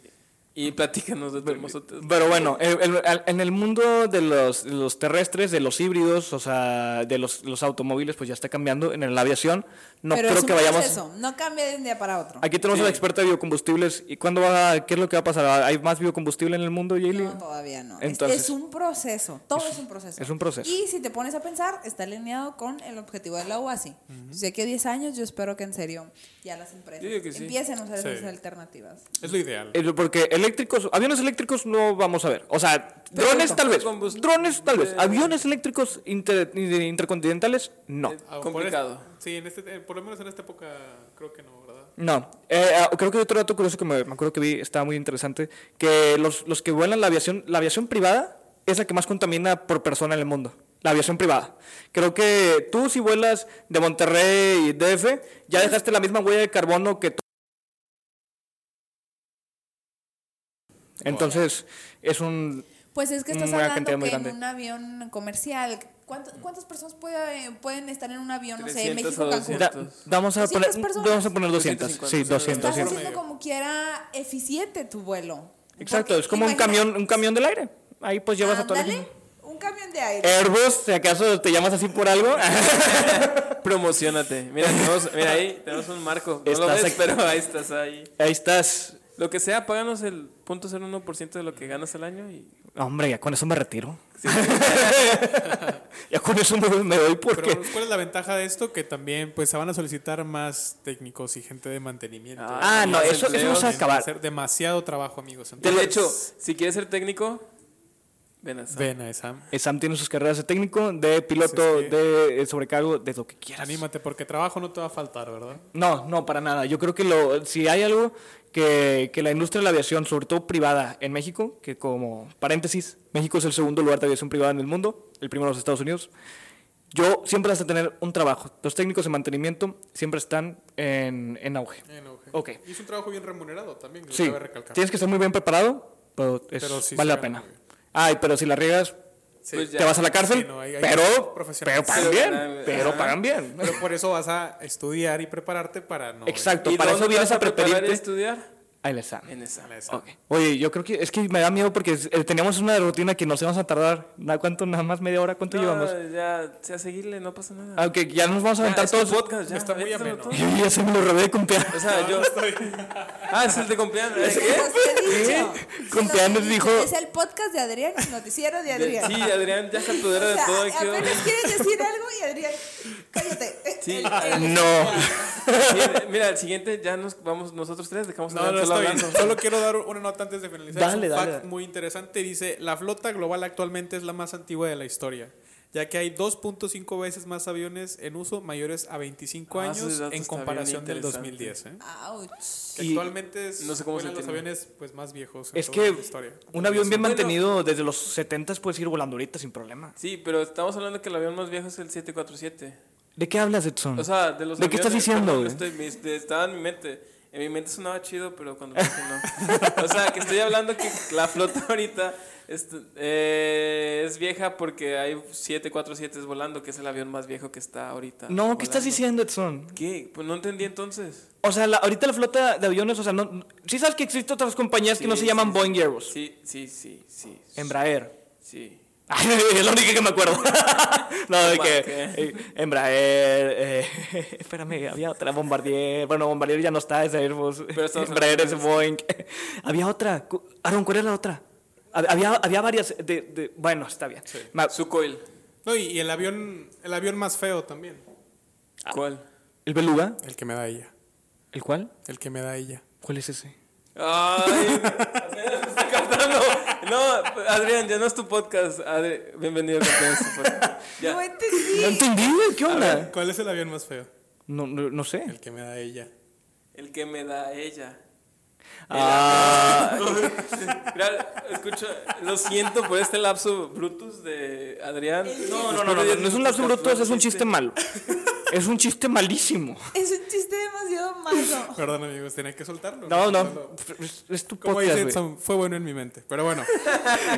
y platícanos de tu hermoso Tesla. Pero bueno, el- el- al- en el mundo de los, de los terrestres, de los híbridos, o sea, de los, los automóviles, pues ya está cambiando. En la aviación, no pero es creo un que vayamos. proceso, no cambia de un día para otro. Aquí tenemos a la experta de biocombustibles. ¿Y cuándo va a- qué es lo que va a pasar? ¿Hay más biocombustible en el mundo, Yaeli? No, todavía no. Es- Entonces- es, un proceso. Todo es, un proceso. es un proceso. Y si te pones a pensar, está alineado con el objetivo de la UASI. Sé que 10 años, yo espero que en serio ya las empresas Yo digo que sí. empiecen a usar Sí. esas alternativas. Es lo ideal. Eh, Porque eléctricos, aviones eléctricos no vamos a ver. O sea, drones tal vez. combust- Drones tal vez. Aviones eléctricos inter- intercontinentales, no. Ah, por Complicado. este- sí, en este, eh, por lo menos en esta época creo que no, ¿verdad? No, Eh, ah, creo que otro dato curioso que me, me acuerdo que vi estaba muy interesante, que los, los que vuelan la aviación, la aviación privada es la que más contamina por persona en el mundo, la aviación privada. Creo que tú si vuelas de Monterrey y DF, ya dejaste la misma huella de carbono que tú. Entonces, es un... Pues es que estás Mm, Una cantidad hablando muy que en grande. un avión comercial, ¿cuánto- ¿cuántas personas puede- pueden estar en un avión, no sé, 300 o México-Cancún? 200. da- vamos, a 200 poner, personas. vamos a poner 200, sí, 250, 200. Estás sí. haciendo como quiera eficiente tu vuelo. Exacto, Porque es como un imagina- camión, un camión del aire. Ahí pues llevas a toda la Ándale, gente. un camión de aire. Airbus, si acaso te llamas así por algo. Promocionate. Mira, tenemos- mira ahí tenemos un marco. No lo Estás ves, aquí. pero ahí estás ahí. Ahí estás. Lo que sea, páganos el 0.01% de lo que ganas al año y Hombre, ya con eso me retiro. ya con eso me, me doy porque. Pero ¿cuál es la ventaja de esto? Que también pues se van a solicitar más técnicos y gente de mantenimiento. ah, no, los eso, eso no empleos se va a Va a acabar. ser demasiado trabajo, amigos. De Entonces, hecho, pues, si quieres ser técnico, ven a Sam. ven a esa. Eh, Sam tiene sus carreras de técnico, de piloto, Así es que- de eh, sobrecargo, de lo que quieras. Anímate porque trabajo no te va a faltar, ¿verdad? No, no, para nada. Yo creo que lo, si hay algo que, que la industria de la aviación, sobre todo privada en México, que como paréntesis, México es el segundo lugar de aviación privada en el mundo, el primero los Estados Unidos. Yo siempre hasta tener un trabajo. Los técnicos de mantenimiento siempre están en, en auge. Ok. Y es un trabajo bien remunerado también, que lo Sí, cabe recalcar. tienes que estar muy bien preparado, pero, es- Pero sí vale se la gana pena. Ay, pero si la riegas, Pues ya. te vas a la cárcel, Sí, no, hay- hay pero, pero profesionales. pagan Pero bien, ganan- pero ajá. pagan bien. Pero por eso vas a estudiar y prepararte para no... Exacto, ¿Y para dónde eso vienes vas a preparar y prepararte estudiar? al examen. En esa. Esa. Oye, yo creo que es que me da miedo porque eh, teníamos una rutina que nos íbamos a tardar. ¿na- ¿Cuánto? Nada más media hora. ¿Cuánto llevamos? ya, sea, seguirle, no pasa nada. Aunque ya nos vamos a Ya, eh, aventar es tu todos. podcast, ya, Está muy aviéntatelo ameno. todo. Yo ya se me lo robé de cumpleaños. O sea, yo. Ah, es el de cumpleaños. ¿eh? Se los he dicho. Se Con los Peanes he dicho. dijo- Es el podcast de Adrián, el noticiero de ¿Qué? Adrián. Sí, Adrián, ya se O apodera de sea, todo. aquí, apenas quieres decir algo y Adrián, cállate. Sí. El- el- Ah, No. Mira, Mira, el siguiente ya nos vamos nosotros tres, dejamos a No, no Adrián está solo bien. hablando. Solo quiero dar una nota antes de finalizar. Dale, es un dale, fact dale. muy interesante. Dice, la flota global actualmente es la más antigua de la historia, ya que hay 2.5 veces más aviones en uso mayores a 25 Ah, ese años dato en está bien comparación del interesante. 2010. ¿eh? Ouch. Que Y actualmente es no sé cómo se fueron los tiene. aviones pues, más viejos en Es toda que la historia. un avión bien Bueno. mantenido desde los 70 puedes ir volando ahorita sin problema. Sí, pero estamos hablando que el avión más viejo es el 747. ¿De qué hablas, Edson? O sea, de los ¿De qué estás aviones- diciendo, perdón, güey? estoy- me- este, estaba en mi mente. En mi mente sonaba chido, pero cuando lo dije no. O sea, que estoy hablando que la flota ahorita es, eh, es vieja porque hay 747 volando, que es el avión más viejo que está ahorita. no, ¿qué estás volando. diciendo, Edson? ¿Qué? Pues no entendí entonces. O sea, la- ahorita la flota de aviones, o sea, no, sí sabes que existen otras compañías que no Sí, se llaman sí, Boeing y Airbus. Sí, sí, sí, sí. Embraer. Sí. es la única que me acuerdo. no, de Toma, que. ¿qué? eh, Embraer. eh, espérame, había otra. Bombardier. Bueno, Bombardier ya no está, es Airbus. Pero estamos Embraer es hablando Boeing. había otra. cu- Aaron, ¿cuál era la otra? Hab- Había, había varias. De, de- bueno, está bien. Ma- Su coil. No, y, y el avión el avión más feo también. ¿Cuál? ¿El Beluga? El que me da ella. ¿El cuál? El que me da ella. ¿Cuál es ese? Ay, estoy cantando. No, Adrián, ya no es tu podcast. Adri- Bienvenido campeón, a su podcast. Ya. No entendí. No entendí, güey, ¿qué onda? ¿Cuál es el avión más feo? No, no, no El sé. que me da ella. El que me da ella. Ah, Mira, escucha, lo siento por este lapso brutus de Adrián. no, no, no, no, no es un lapso bruto, es un chiste malo. Es un chiste malísimo. Es un chiste demasiado malo. Perdón, amigos, tenía que soltarlo. No, Soltarlo. no. Es, es tu Como podcast, dice güey. Edson, fue bueno en mi mente. Pero bueno,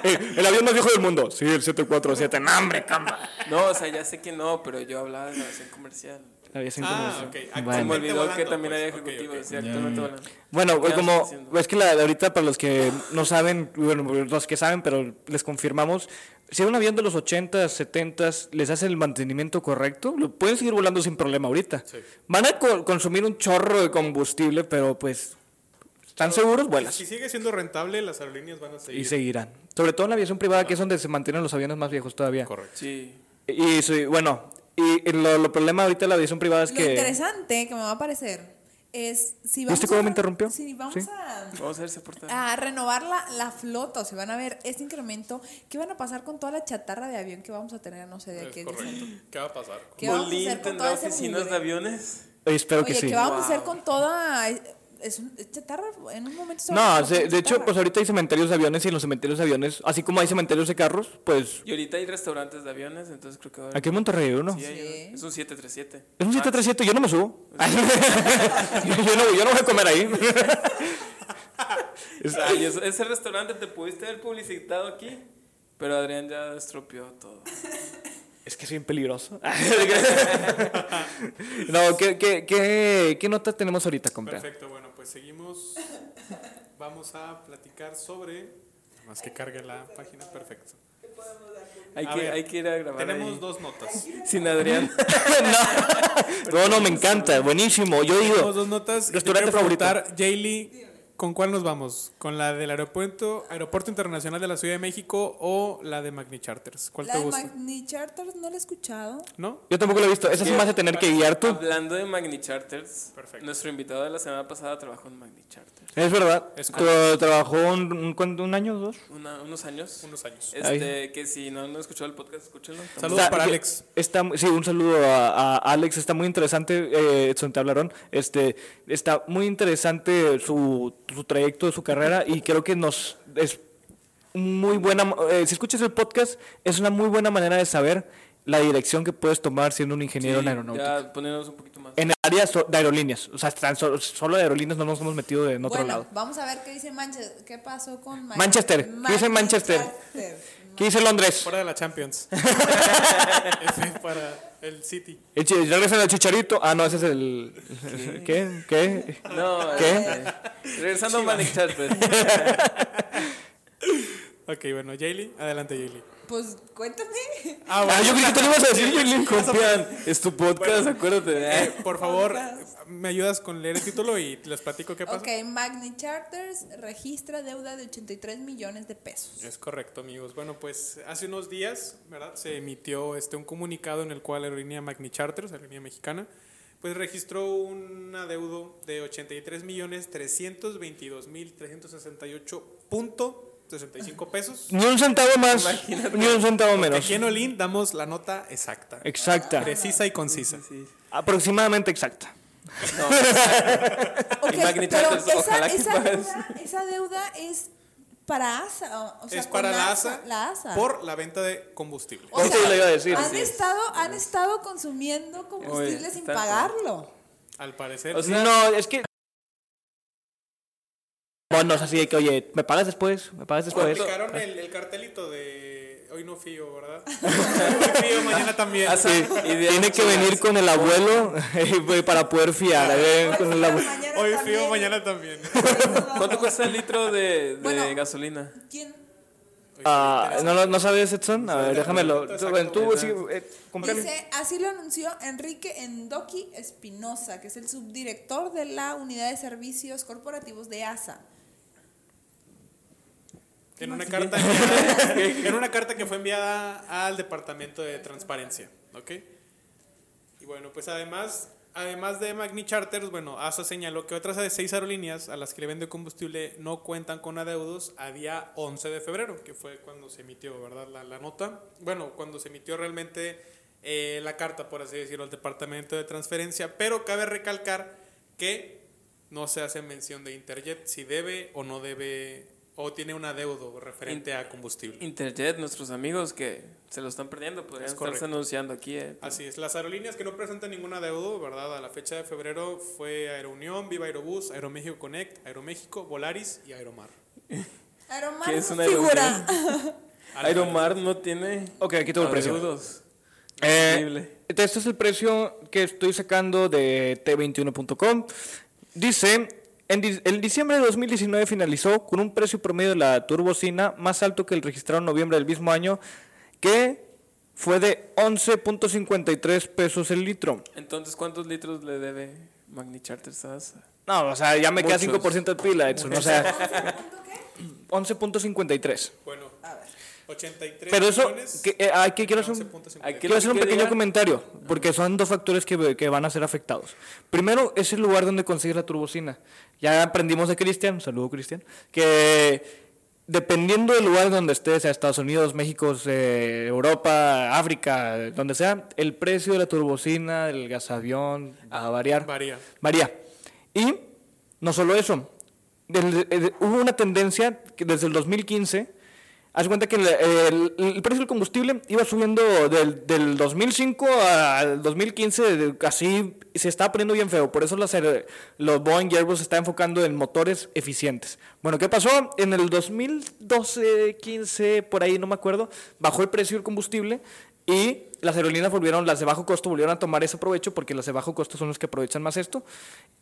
Eh, el avión más viejo del mundo. Sí, el 747. No, hombre, cama. No, o sea, ya sé que no, pero yo hablaba de la versión comercial. Ah, ok. Se me Bueno, Actualmente olvidó que volando, también pues. hay Ok, ejecutivos, ok. sí, actualmente volando. Bueno, pues Ya, como sí, sí. es que la de ahorita para los que no saben, bueno, los que saben, pero les confirmamos, si era un avión de los 80s, 70s, les hacen el mantenimiento correcto, lo pueden seguir volando sin problema ahorita. Van a co- consumir un chorro de combustible, pero pues están seguros, vuelas Si sigue siendo rentable, las aerolíneas van a seguir. y seguirán. Sobre todo en la aviación privada, que es donde se mantienen los aviones más viejos todavía. Correcto. Sí. Y sí, bueno, y, y lo, lo problema ahorita de la aviación privada es Lo que... interesante que me va a parecer es si vamos ¿Viste cómo a- me interrumpió? Si vamos Sí. a... Vamos a ver si aporta. a renovar la, la flota, o sea, van a ver este incremento, ¿qué van a pasar con toda la chatarra de avión que vamos a tener, no sé, de aquí a 10 años? ¿Qué va a pasar? ¿Qué vamos a hacer Molín con tendrá todo ese oficinas mugre? de aviones. Espero Oye, que sí. ¿qué vamos a hacer Wow. con toda es un- es chatarra? En un momento se va a No, acabar se- con de hecho, chatarra. pues ahorita hay cementerios de aviones y en los cementerios de aviones, así como hay cementerios de carros, pues Y ahorita hay restaurantes de aviones, entonces creo que va a haber- aquí en Monterrey hay uno. Sí, hay Ah, Sí. uno. Es un 737. Es un Max. 737, yo no me subo. yo, no, yo no voy a comer ahí. Es- Ay, es- ese restaurante te pudiste haber publicitado aquí, pero Adrián ya estropeó todo. Es que es bien peligroso. no, ¿qué, qué, qué, qué nota tenemos ahorita, compa? Perfecto, bueno, pues seguimos. vamos a platicar sobre. Nada más que cargue la página, perfecto. Hay A que, ver, hay que ir a grabar. Tenemos ahí. dos notas. Sin Adrián. No, no, me encanta, buenísimo. Pues Yo Tenemos digo, dos notas. Restaurante Te quiero preguntar, Jaylee, ¿con cuál nos vamos? ¿Con la del aeropuerto, aeropuerto Internacional de la Ciudad de México o la de Magni Charters? ¿Cuál La te de gusta? Magni Charters no la he escuchado. ¿No? yo tampoco lo he visto. Esa sí me hace tener que guiar tú. Hablando de Magni Charters, Perfecto. nuestro invitado de la semana pasada trabajó en Magni Charters. Es verdad. Es Tra- Trabajó un, un, ¿cuánto? ¿Un año o dos. Una- unos años. Unos años. Este, que si no han escuchado el podcast, escúchenlo. Saludos para que- Alex. Está, sí, un saludo a, a Alex. Está muy interesante, eh, Edson, te hablaron. Este, está muy interesante su, su trayecto, su carrera y creo que nos es muy buena. eh, si escuchas el podcast, es una muy buena manera de saber la dirección que puedes tomar siendo un ingeniero en Sí, aeronáutica. Ya poniéndonos un poquito más. En el área so- de aerolíneas. O sea, tan so- solo de aerolíneas no nos hemos metido en otro bueno, lado. vamos a ver qué dice Manchester. ¿Qué pasó con Ma- Manchester. ¿Qué dice Magni Manchester? Charters? ¿Qué dice Londres? Fuera de la Champions. F para el City. El chi- Regresan al chicharito. Ah, no, ese es el. ¿Qué? ¿Qué? No, ¿Qué? este, regresando a Magni Charters. Ok, bueno, Jaylee, adelante Jaylee. Pues cuéntame. Ah, yo creí que tú lo ibas a decir, Yelin. Confían, es tu podcast, acuérdate. eh, Por favor, me ayudas con leer el título y les platico qué pasa. Ok, Magni Charters registra deuda de 83 millones de pesos. Es correcto, amigos. Bueno, pues hace unos días, ¿verdad? Se emitió este, un comunicado en el cual la aerolínea Magni Charters, aerolínea mexicana, pues registró un adeudo de 83 millones 322 mil 368.65 pesos. Ni un centavo más, ni un centavo Que menos. Aquí en Olin damos la nota exacta, Exacta. precisa y concisa. Aproximadamente exacta. Ok, Y Magni pero Charters, esa, ojalá que esa puedas. deuda, esa deuda es para ASA. o- o sea, es con para la ASA, La ASA. por la venta de combustible. O Eso lo iba a decir, Han, sí. estado, han estado consumiendo combustible Oye, sin tanto. pagarlo. Al parecer, O sea, No, es que. Bonos, así de que, oye, ¿me pagas después? ¿Me pagas después? aplicaron el, el cartelito de hoy no fío, ¿verdad? Ah, hoy fío, mañana también. Sí, tiene que venir con el abuelo eh, para poder fiar. eh, con el abuelo. Mañana Hoy también. fío, mañana también. ¿Cuánto cuesta el litro de, de Bueno. gasolina? ¿Quién? Ah, ¿no, lo- ¿No sabes, Edson? A ver, déjamelo. Tú, bueno, tú, sí, eh, cómprale. Dice, así lo anunció Enrique Endoki Espinosa, que es el subdirector de la Unidad de Servicios Corporativos de ASA. En una, carta enviada- en una carta que fue enviada al Departamento de Transparencia, ¿ok? Y bueno, pues además, además de Magni Charters, bueno, ASA señaló que otras de seis aerolíneas a las que le vende combustible no cuentan con adeudos a día 11 de febrero, que fue cuando se emitió, ¿verdad? La, la nota. Bueno, cuando se emitió realmente eh, la carta, por así decirlo, al Departamento de Transferencia, pero cabe recalcar que no se hace mención de Interjet si debe o no debe o tiene un adeudo referente a combustible. Interjet, nuestros amigos que se lo están perdiendo, podrían Es estarse correcto. anunciando aquí. eh. Así es, las aerolíneas que no presentan ningún adeudo, ¿verdad? A la fecha de febrero fue Aerounión, Viva Aerobús, Aeroméxico Connect, Aeroméxico, Volaris y Aeromar. Aeromar ¿Qué es no una figura. Aeromar no tiene Ok, aquí tengo el precio. adeudos. Eh, Increíble. este es el precio que estoy sacando de t21.com. Dice, en di- el diciembre de 2019 finalizó con un precio promedio de la turbocina más alto que el registrado en noviembre del mismo año, que fue de 11.53 pesos el litro. Entonces, ¿cuántos litros le debe Magni Charters a ASA? No, o sea, ya me queda Muchos. 5% de pila, Edson, O sea, ¿Punto qué? 11.53. Bueno, A ver. 83 Pero eso, millones, que, eh, aquí quiero hacer un... 11.50. Aquí Quiero hacer un que pequeño diga- comentario, porque son dos factores que, que van a ser afectados. Primero, es el lugar donde consigues la turbocina. Ya aprendimos de Cristian, saludo Cristian, que dependiendo del lugar donde estés, sea Estados Unidos, México, eh, Europa, África, eh, donde sea, el precio de la turbocina, del gasavión, va a variar. varía. Varía. Y no solo eso, del- eh, hubo una tendencia que desde el 2015, haz cuenta que el, el- el precio del combustible iba subiendo del, del 2005 al 2015, de- así se estaba poniendo bien feo. Por eso las aer- los Boeing y Airbus se están enfocando en motores eficientes. Bueno, ¿qué pasó? En el 2012, 15, por ahí no me acuerdo, bajó el precio del combustible Y las aerolíneas volvieron, las de bajo costo volvieron a tomar ese provecho porque las de bajo costo son los que aprovechan más esto.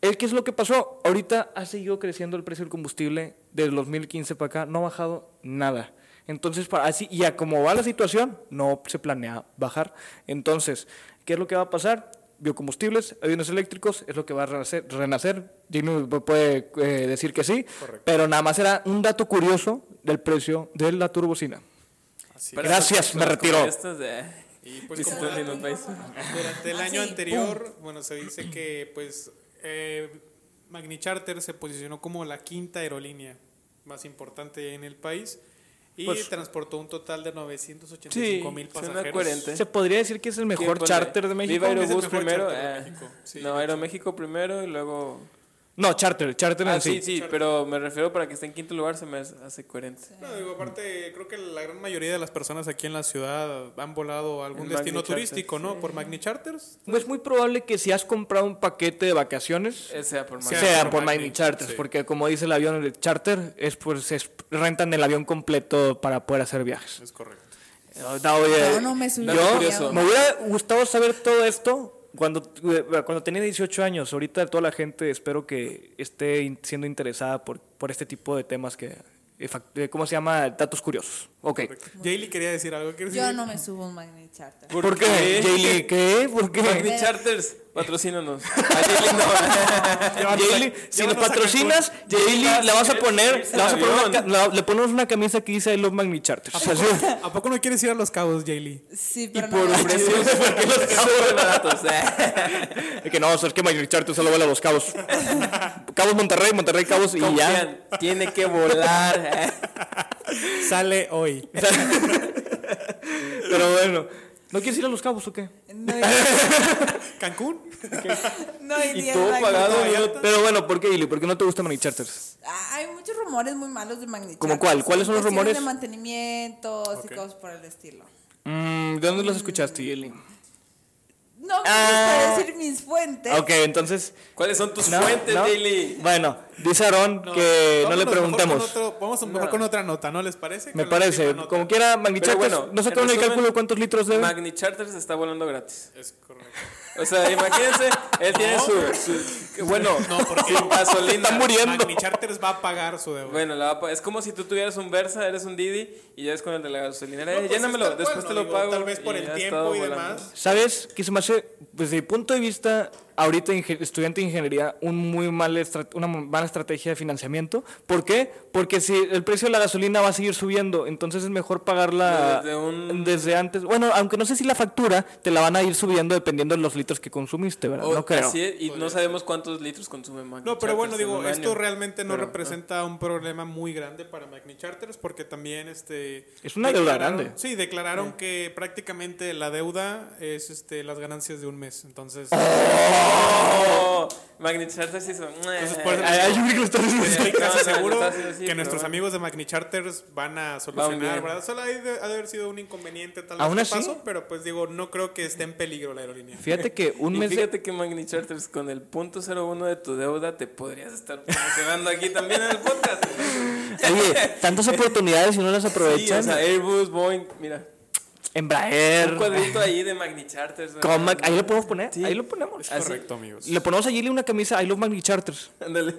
¿El ¿Qué es lo que pasó? Ahorita ha seguido creciendo el precio del combustible desde el 2015 para acá, no ha bajado nada. Entonces, para, así, y a como va la situación, no se planea bajar. Entonces, ¿qué es lo que va a pasar? Biocombustibles, aviones eléctricos, es lo que va a renacer. renacer. Gino puede eh, decir que sí, pero nada más era un dato curioso del precio de la turbocina. Así Pero Gracias, esas- me las retiro. compuestas de- Y pues Dice como Tony dato, Los Bison. durante el Ah, año sí, anterior, bueno, se dice que pues eh, Magni Charter se posicionó como la quinta aerolínea más importante en el país y Pues- transportó un total de Sí, 985 mil suena pasajeros. coherente. Se podría decir que es el mejor ¿Quién pone? charter de México. Viva Aerobús mejor primero. charter de eh, México. Sí, no, Aeroméxico primero y luego. No, charter, charter en Ah, sí. sí, sí, pero me refiero para que esté en quinto lugar, se me hace coherente. No, digo, aparte, creo que la gran mayoría de las personas aquí en la ciudad han volado a algún En destino Magni Charter. turístico, ¿no? Por Magni Charters. Pues Es muy probable que si has comprado un paquete de vacaciones, Eh, sea por más. Sea- sea por por Lightning, Lightning Charters, sí. porque como dice el avión el charter, es pues es- rentan el avión completo para poder hacer viajes. Es correcto. No, no, oye, Yo no me subí al yo avión. me hubiera gustado saber todo esto cuando, eh, cuando tenía 18 años. Ahorita toda la gente espero que esté in- siendo interesada por, por este tipo de temas que... eh, fac- eh, ¿Cómo se llama? Datos curiosos. Ok. Jaylee quería decir algo. ¿quieres Yo decir? no me subo a un Magnet Charter. ¿Por, qué? Jaylee, ¿qué? ¿Por qué? Magni Charters, patrocínanos. A Lili no. Jaylee, si nos patrocinas, Jaylee, le vas a poner, le vas a poner una ca- la- le ponemos una camisa que dice I Love Magni Charters. ¿A poco no quieres ir a los cabos, Jaylee? Sí, pero Por no. precios súper baratos. eh. Es que no, es que Magni Charters solo vale a los cabos. Cabos Monterrey, Monterrey Cabos y ya. Confían, Tiene que volar. eh. Sale hoy. Pero bueno, ¿no quieres ir a los cabos o qué? No iría- ¿Cancún? no iría todo al Magnet pagado, Charter. Pero bueno, ¿por qué, Ili? ¿Por qué no te gusta Magni Charters? Ah, Hay muchos rumores muy malos de Magnet ¿Cómo Charter. cuál? ¿Cuáles son los rumores? Cuestiones De mantenimientos Ok. y cosas por el estilo. Mm, ¿De dónde los escuchaste, Ili? No me Ah. gusta decir mis fuentes. Ok, entonces. ¿Cuáles son tus ¿no? fuentes, ¿no? Daily? Bueno, dice Aarón que no le Vámonos mejor con preguntemos. otro- vamos mejor con otra nota, ¿no les parece? Me Con la parece, última nota. como quiera, Magni Pero Charters, bueno, no sacaron en el cálculo resumen, de cuántos litros debe. Magni Charters está volando gratis. Es correcto. O sea, imagínense, él tiene su, su- que Bueno, No, porque su gasolina. Está muriendo. Magni Charters va a pagar su deuda. Bueno, la va a pa- es como si tú tuvieras un Versa, eres un Didi y ya es con el de la gasolinera. No, eh, pues, llénamelo, está después bueno, te lo digo, pago. Tal vez por y el ya ha tiempo estado y volando. demás. ¿Sabes? Que se me hace, pues, desde mi punto de vista, ahorita inge- estudiante de ingeniería, un muy mal estra- una mu- mala estrategia de financiamiento. ¿Por qué? Porque si el precio de la gasolina va a seguir subiendo, entonces es mejor pagarla Desde un- desde antes. Bueno, aunque no sé si la factura te la van a ir subiendo dependiendo de los litros que consumiste, ¿verdad? O- no creo. Oh, así es, y no sabemos cuántos litros consume Magni No, pero bueno, Charters en digo, un esto año. realmente no Pero, representa un problema muy grande para Magni Charters porque también este Es una deuda declararon- grande. Sí, declararon que prácticamente la deuda es este las ganancias de un mes, entonces Oh, Magni Charters hizo. Entonces, por eso- Ay, ay, yo creo que lo estás diciendo. estoy casi no, no, seguro no, está haciendo así, que pero nuestros bueno. amigos de Magni Charters van a Van bien. solucionar, ¿verdad? Solo hay de- ha de haber sido un inconveniente tal vez Aún que así- pasó, pero pues digo, no creo que esté en peligro la aerolínea. Fíjate que un Y mes de- fíjate que Magni Charters con el punto 01 de tu deuda te podrías estar promocionando aquí también en el podcast. Oye, tantas oportunidades y no las Sí, aprovechan. o sea, Airbus, Boeing, mira. Embraer. Un cuadrito ahí de Magni Charters. ¿no? Er- Comac, ahí lo podemos poner, Sí. ahí lo ponemos. Así. Correcto, amigos. Le ponemos a Gilly una camisa I love Magni Charters. Ándale.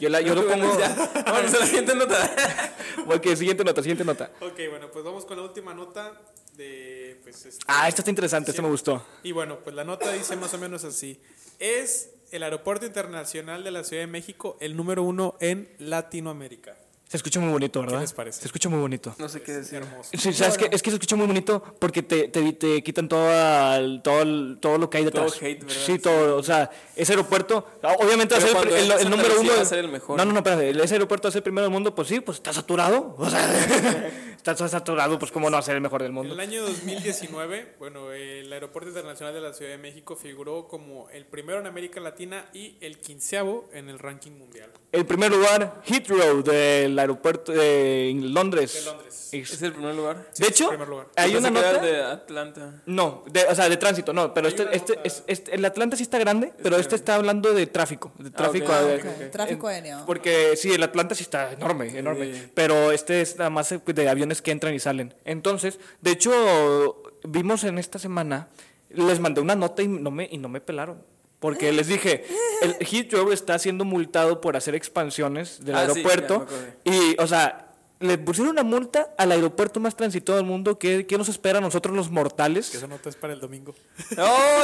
Yo, la, yo lo Bueno, pongo. ya. Vamos a la siguiente nota. Ok, siguiente nota, siguiente nota. Ok, bueno, pues vamos con la última nota de pues este- Ah, esta está interesante, esta me gustó. Y bueno, pues la nota dice más o menos así. Es el aeropuerto internacional de la Ciudad de México el número uno en Latinoamérica. Se escucha muy bonito, ¿verdad? ¿Qué les parece? Se escucha muy bonito. No sé qué decir. Hermoso. Sí, ¿sabes qué? Es que se escucha muy bonito porque te, te, te quitan todo, el- todo, el- todo lo que hay Todo detrás. hate, ¿verdad? Sí, todo. O sea, ese aeropuerto, ah, obviamente va a Pero ser cuando el, el- entres el a número Andalucía uno. va a ser el mejor. No, no, no, espérate. Ese aeropuerto va a ser el primero del mundo, pues sí, pues está saturado. O sea, está saturado, pues cómo no va a ser el mejor del En mundo. el año 2019, bueno, el aeropuerto internacional de la Ciudad de México figuró como el primero en América Latina y el quinceavo en el ranking mundial. El primer lugar, Heathrow del el aeropuerto eh, en Londres. De Londres. Ex- Es el primer lugar. De hecho, primer lugar. hay Yo una pensé que era nota. el de Atlanta. No, de- o sea, de tránsito, no, pero este, una este, nota- es- este- el Atlanta sí está grande, pero este está hablando de tráfico, de tráfico, Ah, de- ok, ok. Tráfico aéreo. Porque sí, el Atlanta sí está enorme, enorme, Sí. pero este es nada más de aviones que entran y salen. Entonces, de hecho, vimos en esta semana, les mandé una nota y no me, y no me pelaron. Porque les dije, el Heathrow está siendo multado por hacer expansiones del Ah, sí, ya, aeropuerto. me acordé. Y, o sea, le pusieron una multa al aeropuerto más transitado del mundo. ¿Qué, qué nos espera a nosotros los mortales? Ah, Que eso no te es para el domingo. Oh,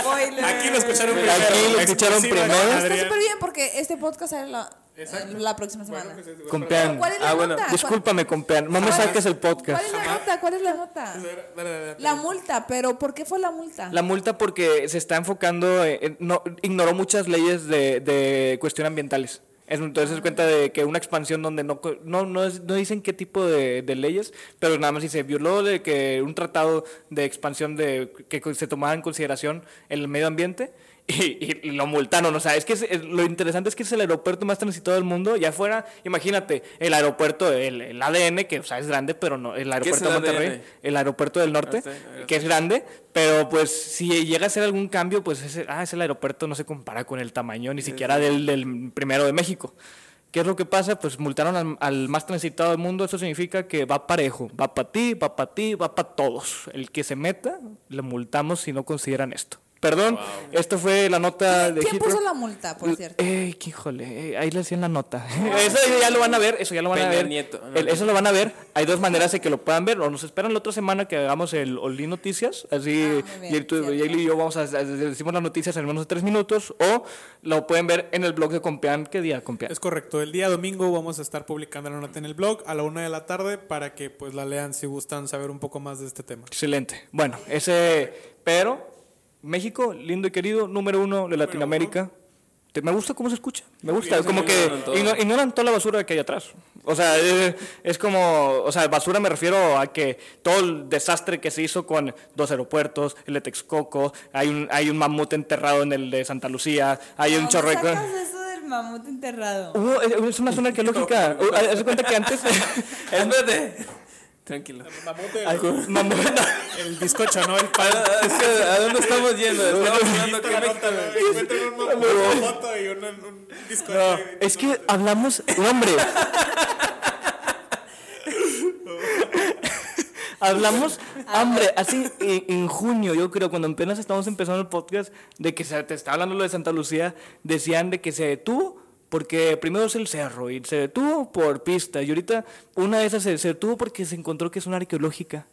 Spoiler. Aquí lo escucharon Aquí primero. lo escucharon Exclusiva, primero. Está Adrián. súper bien porque este podcast sale la, la próxima semana. pues Compean. ¿Cuál es la Ah, bueno, nota? ¿Cuál- Discúlpame, compean. No me ¿Cuál- saques el ¿Cuál podcast. es la nota? ¿Cuál es la nota? Pues, Dale, dale, dale. La multa, pero ¿por qué fue la multa? La multa porque se está enfocando, eh, en- no, ignoró muchas leyes de, de cuestión ambientales. Es- Entonces se da cuenta de que una expansión donde no, co- no, no, es- no dicen qué tipo de, de leyes, pero nada más dice, violó de que un tratado de expansión de, que co- se tomaba en consideración el medio ambiente y, y lo multaron. O sea, es que es- es- lo interesante es que es el aeropuerto más transitado del mundo. Ya fuera, imagínate, el aeropuerto, el, el ADN, que o sea, es grande, pero no, ¿Qué el es aeropuerto el de Monterrey, ADN? el aeropuerto del norte, Norte, aeropuerto. que es grande, pero pues si llega a ser algún cambio, pues ese, ah, ese aeropuerto no se compara con el tamaño ni siquiera del, del primero de México. ¿Qué es lo que pasa? Pues multaron al, al más transitado del mundo, eso significa que va parejo, va para ti, va para ti, va para todos. El que se meta, le multamos si no consideran esto. Perdón, esto fue la nota de ¿Quién Heathrow. puso la multa, por cierto? Ey, qué híjole, eh, ahí le hacían la nota. eso ya lo van a ver, eso ya lo van a Peña ver. Nieto, no, El- no. eso lo van a ver. Hay dos maneras de que lo puedan ver. O nos esperan la otra semana que hagamos el Only Noticias. Así, Ah, muy bien, y tú- cierto. y él y yo vamos a, a- decimos las noticias en menos de tres minutos. O lo pueden ver en el blog de Compean. ¿Qué día, Compean? Es correcto. El día domingo vamos a estar publicando la nota en el blog a la una de la tarde para que pues la lean si gustan saber un poco más de este tema. Excelente. Bueno, ese. Pero, México, lindo y querido, número uno de Latinoamérica. Te- me gusta cómo se escucha. Me gusta. Como que ignoran todo. igno- ignoran toda la basura que hay atrás. O sea, eh, es, como. O sea, basura me refiero a que todo el desastre que se hizo con dos aeropuertos, el de Texcoco, hay un, hay un mamut enterrado en el de Santa Lucía, hay un chorro. de co- sacas eso del mamut enterrado? Hubo- eh, es una zona arqueológica. Uh, Haz de cuenta que antes. Espérate. Tranquilo. Mamut- El bizcocho, ¿no? El pan. Ah, es que, ¿A dónde estamos yendo? Estamos hablando que México- Encuentran un- una foto y un, un bizcocho. y- Es que hablamos. No, hombre. hablamos, hombre, así en, en junio, yo creo, cuando apenas estamos empezando el podcast, de que se te está hablando lo de Santa Lucía, decían de que se detuvo. Porque primero es el cerro y se detuvo por pista. Y ahorita una de esas se, se detuvo porque se encontró que es una arqueológica.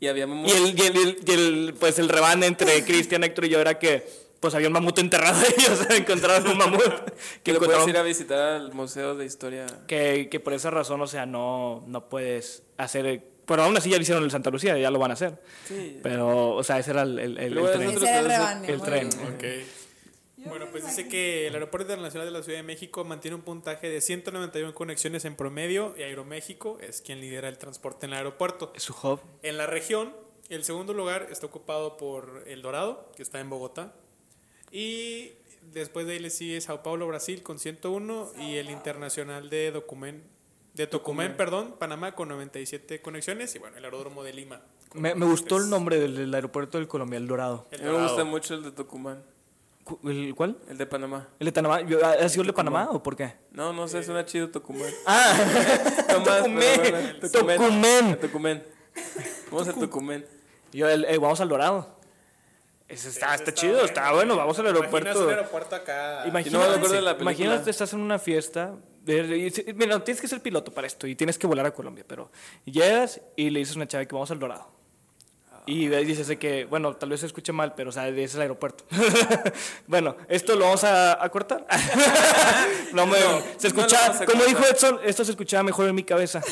Y había mamut. Y el, y el- y el- y el- pues el rebane entre Cristian, Héctor y yo era que pues había un mamut enterrado y o sea, encontraron un mamut. que lo encontraron- puedes ir a visitar al Museo de Historia. que, que por esa razón, o sea, no, no puedes hacer... Pero aún así ya lo hicieron en Santa Lucía, ya lo van a hacer. Sí. Pero, o sea, ese era el, el, el- Luego el es tren. otro- Ese era el rebaño. el muy tren. bien. Ok. Bueno, pues dice que el Aeropuerto Internacional de la Ciudad de México mantiene un puntaje de 191 conexiones en promedio y Aeroméxico es quien lidera el transporte en el aeropuerto. Es su hub. En la región, el segundo lugar está ocupado por El Dorado, que está en Bogotá. Y después de ahí le sigue Sao Paulo, Brasil, con 101. Y el Internacional de Documen, de Tucumán, perdón, Panamá, con 97 conexiones. Y bueno, el Aeródromo de Lima. con Me, me gustó el 93. nombre del, del aeropuerto del Colombia, El Dorado. A El mí me gusta Dorado. mucho el de Tucumán, Cu- ¿El cuál? el de Panamá. ¿El de Panamá? Yo- ¿Ha ha sido el de Panamá o por qué? No, no sé, suena chido Tucumán. Ah, Tomás, Tucumán. perdón, Tucumán. Tucumán. A Tucumán. Vamos a Tucumán. Yo, el- eh, vamos al Dorado. Ese está, está, chido, está bueno, vamos al Imaginas aeropuerto. un aeropuerto acá. Y Ah, no me acuerdo Imagínate, de la película. imagínate, estás en una fiesta. de- y si- Mira, tienes que ser piloto para esto y tienes que volar a Colombia, pero llegas y le dices a una chava que vamos al Dorado. Y Ah. de ahí dices de que, bueno, tal vez se escuche mal, pero o sea, ese es el aeropuerto. bueno, esto lo vamos a, a cortar. no me. No, se no lo escuchaba, vamos a como dijo cortar. Edson, esto se escuchaba mejor en mi cabeza.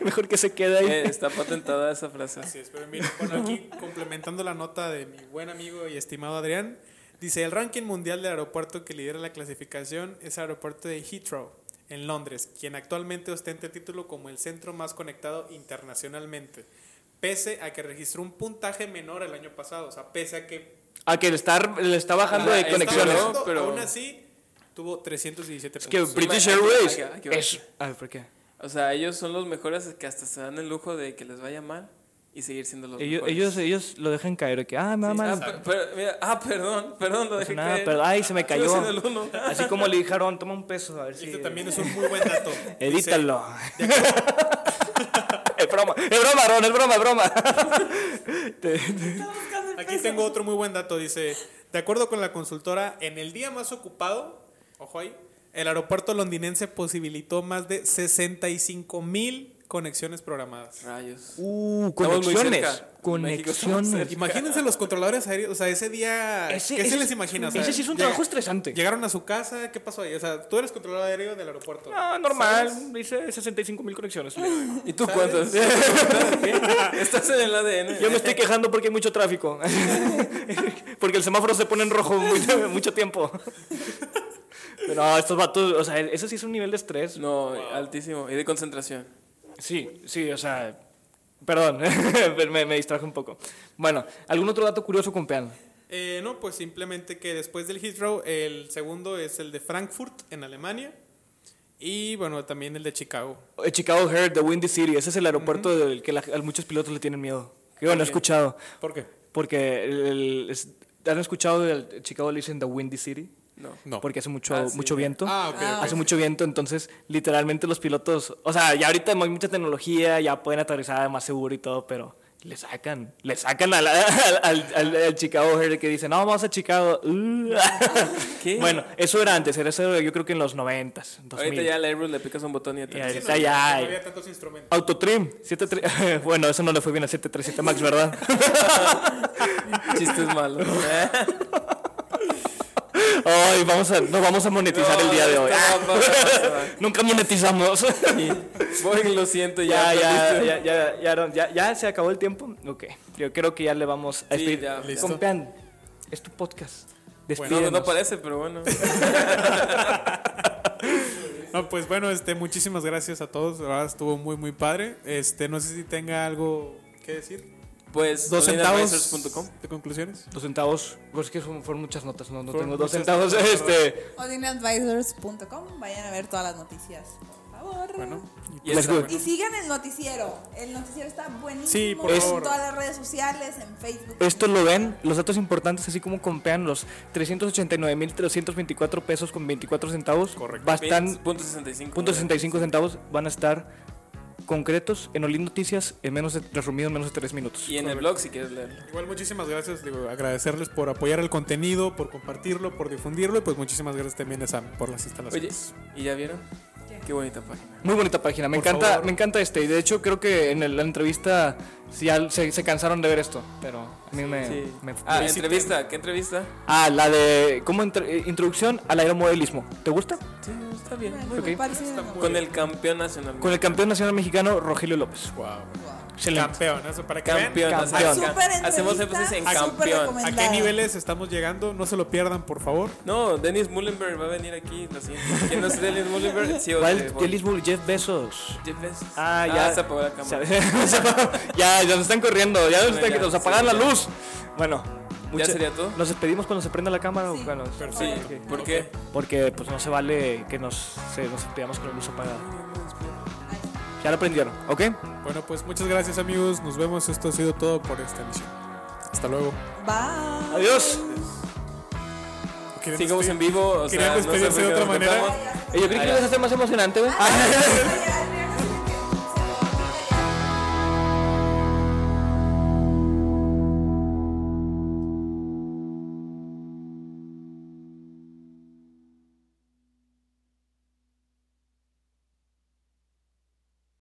mejor que se quede ahí. Eh, está patentada esa frase. Así es, pero mira, bueno, aquí complementando la nota de mi buen amigo y estimado Adrián, dice, el ranking mundial del aeropuerto que lidera la clasificación es el aeropuerto de Heathrow, en Londres, quien actualmente ostenta el título como el centro más conectado internacionalmente, pese a que registró un puntaje menor el año pasado, o sea, pese a que a Ah, que le está, le está bajando Ah, de está conexiones. bajando. pero pero- aún así Tuvo 317 Es que puntos. British Aquí va, Airways aquí va, aquí va. es... A ver, ¿por qué? O sea, ellos son los mejores que hasta se dan el lujo de que les vaya mal y seguir siendo los Ellos, mejores. ellos, ellos lo dejan caer, de que, ah, me va Sí, mal. ah, per- per- mira, ah, perdón, perdón, lo No pasa dejé nada, caer. pero, ay, se me Sigo cayó. siendo el uno. Así como le dijeron, toma un peso, a ver si... Este también es un muy buen dato. Edítalo. es broma, es broma, Ron, es broma, es broma. Te- te- Dice, aquí tengo otro muy buen dato. Dice, de acuerdo con la consultora, en el día más ocupado, ojo ahí, el aeropuerto londinense posibilitó más de 65 mil conexiones programadas. Rayos. uh, Estamos muy conexiones. cerca. México estamos Conexiones. cerca. Imagínense los controladores aéreos, o sea, ese día, Ese- ¿qué ese se les es- imagina? O ese sea, sí es un llega- trabajo estresante. Llegaron a su casa, ¿qué pasó ahí? O sea, tú eres controlador aéreo del aeropuerto. Ah, normal, ¿sabes? dice 65 mil conexiones. ¿Y tú ¿Sabes? cuántos? Estás en el ADN. Yo me estoy quejando porque hay mucho tráfico. porque el semáforo se pone en rojo muy- mucho tiempo. Pero no, estos vatos, o sea, eso sí es un nivel de estrés. No, altísimo. Y de concentración. Sí, sí, o sea. Perdón, me, me distraje un poco. Bueno, ¿algún otro dato curioso con Pean? Eh, no, pues simplemente que después del Heathrow, el segundo es el de Frankfurt, en Alemania. Y bueno, también el de Chicago. Eh, Chicago Heart, The Windy City, ese es el aeropuerto del que la- a muchos pilotos le tienen miedo. Que yo no he escuchado, ¿Por qué? porque el- el- es- ¿han escuchado del Chicago le dicen The Windy City? No. No. Porque hace mucho, Ah, sí. mucho viento. Ah, ok, ok. Hace mucho viento, entonces literalmente los pilotos, o sea, ya ahorita hay mucha tecnología, ya pueden aterrizar más seguro y todo, pero le sacan, le sacan al, al, al- al- al Chicago Heart que dice, no, vamos a Chicago. Uh. ¿Qué? Bueno, eso era antes, era eso yo creo que en los 90, 2000. Ahorita ya al Airbus le picas un botón y Y atrás. ahorita ya No hay. había tantos instrumentos. Autotrim, 73. bueno, eso no le fue bien al 737 Max, ¿verdad? Chistes malos. Ay, vamos a, no vamos a monetizar No, el día de hoy. no, no, no, no, no. Nunca monetizamos. Y- Boeing, lo siento, ya, ya. ya, perdiste. ya, ya, ya, Aaron, ya, ya se acabó el tiempo. Ok, yo creo que ya le vamos a Sí, despedir. ya. Listo. Compean, es tu podcast. No, no, Despídenos. no parece, pero bueno. No, pues bueno, este, muchísimas gracias a todos. La verdad estuvo muy, muy padre. Este, no sé si tenga algo que decir. Pues, Dos onlineadvisors.com. centavos de conclusiones. Dos centavos, pues es que son- fueron muchas notas, no, no Fueron tengo dos muchas centavos. notas, Este, Odinadvisors.com, vayan a ver todas las noticias, por favor. Bueno, Y está, good. bueno. Y sigan el noticiero. El noticiero está buenísimo. Sí, por en favor. todas las redes sociales, en Facebook. esto lo ven, los datos importantes, así como compean los 389.324 pesos con 24 centavos. Correcto. Va a estar- Punto 65. punto 65 centavos van a estar concretos en Olin Noticias en menos de, resumido en menos de 3 minutos. Y en el blog, si quieres leerlo. Igual muchísimas gracias, digo, agradecerles por apoyar el contenido, por compartirlo, por difundirlo y pues muchísimas gracias también a Sam por las Oye, instalaciones. ¿y ya vieron? Qué bonita página. Muy bonita página, me Por encanta, favor. me encanta este. Y de hecho creo que en el- la entrevista sí, ya se, se cansaron de ver esto, pero a mí me, Sí. me- Ah, me- entrevista. ¿Qué entrevista? Ah, la de cómo entre- eh, introducción al aeromodelismo. ¿Te gusta? Sí, está bien. Bueno, Ok. parece- Con el campeón nacional. Con el campeón nacional mexicano Rogelio López. Wow. Excelente. Campeón, eso para que vean Campeón. Campeón. o sea, Súper entrevista, Hacemos énfasis en súper campeón. recomendada. a qué niveles estamos llegando, no se lo pierdan, por favor. No, Dennis Mullenberg va a venir aquí. Lo siento. ¿Quién no es Dennis Mullenberg? Sí, ¿Cuál? Ellis Bull, Jeff Bezos. Jeff Bezos. Ah, ya. se apagó la cámara. Se- ya, ya nos están corriendo, ya nos, Bueno, están- ya, nos apagan sí, la ya. luz. Bueno, mucha- sería todo? ¿Nos despedimos cuando se prenda la cámara? o Sí. cuando- Sí, Ok. ¿por qué? Porque pues no se vale que nos, se, nos despidamos con la luz apagada. Ya lo aprendieron, ¿ok? Bueno, pues muchas gracias amigos, nos vemos, esto ha sido todo por esta emisión. Hasta luego. Bye. Adiós. ¿Quieren Sigamos despedir? en vivo. O sea, Querían no sé despedirse por de qué otra nos manera. cortamos. Eh, Yo creo que Ah, lo ya. vas a hacer más emocionante, güey. Ay, ay, ay.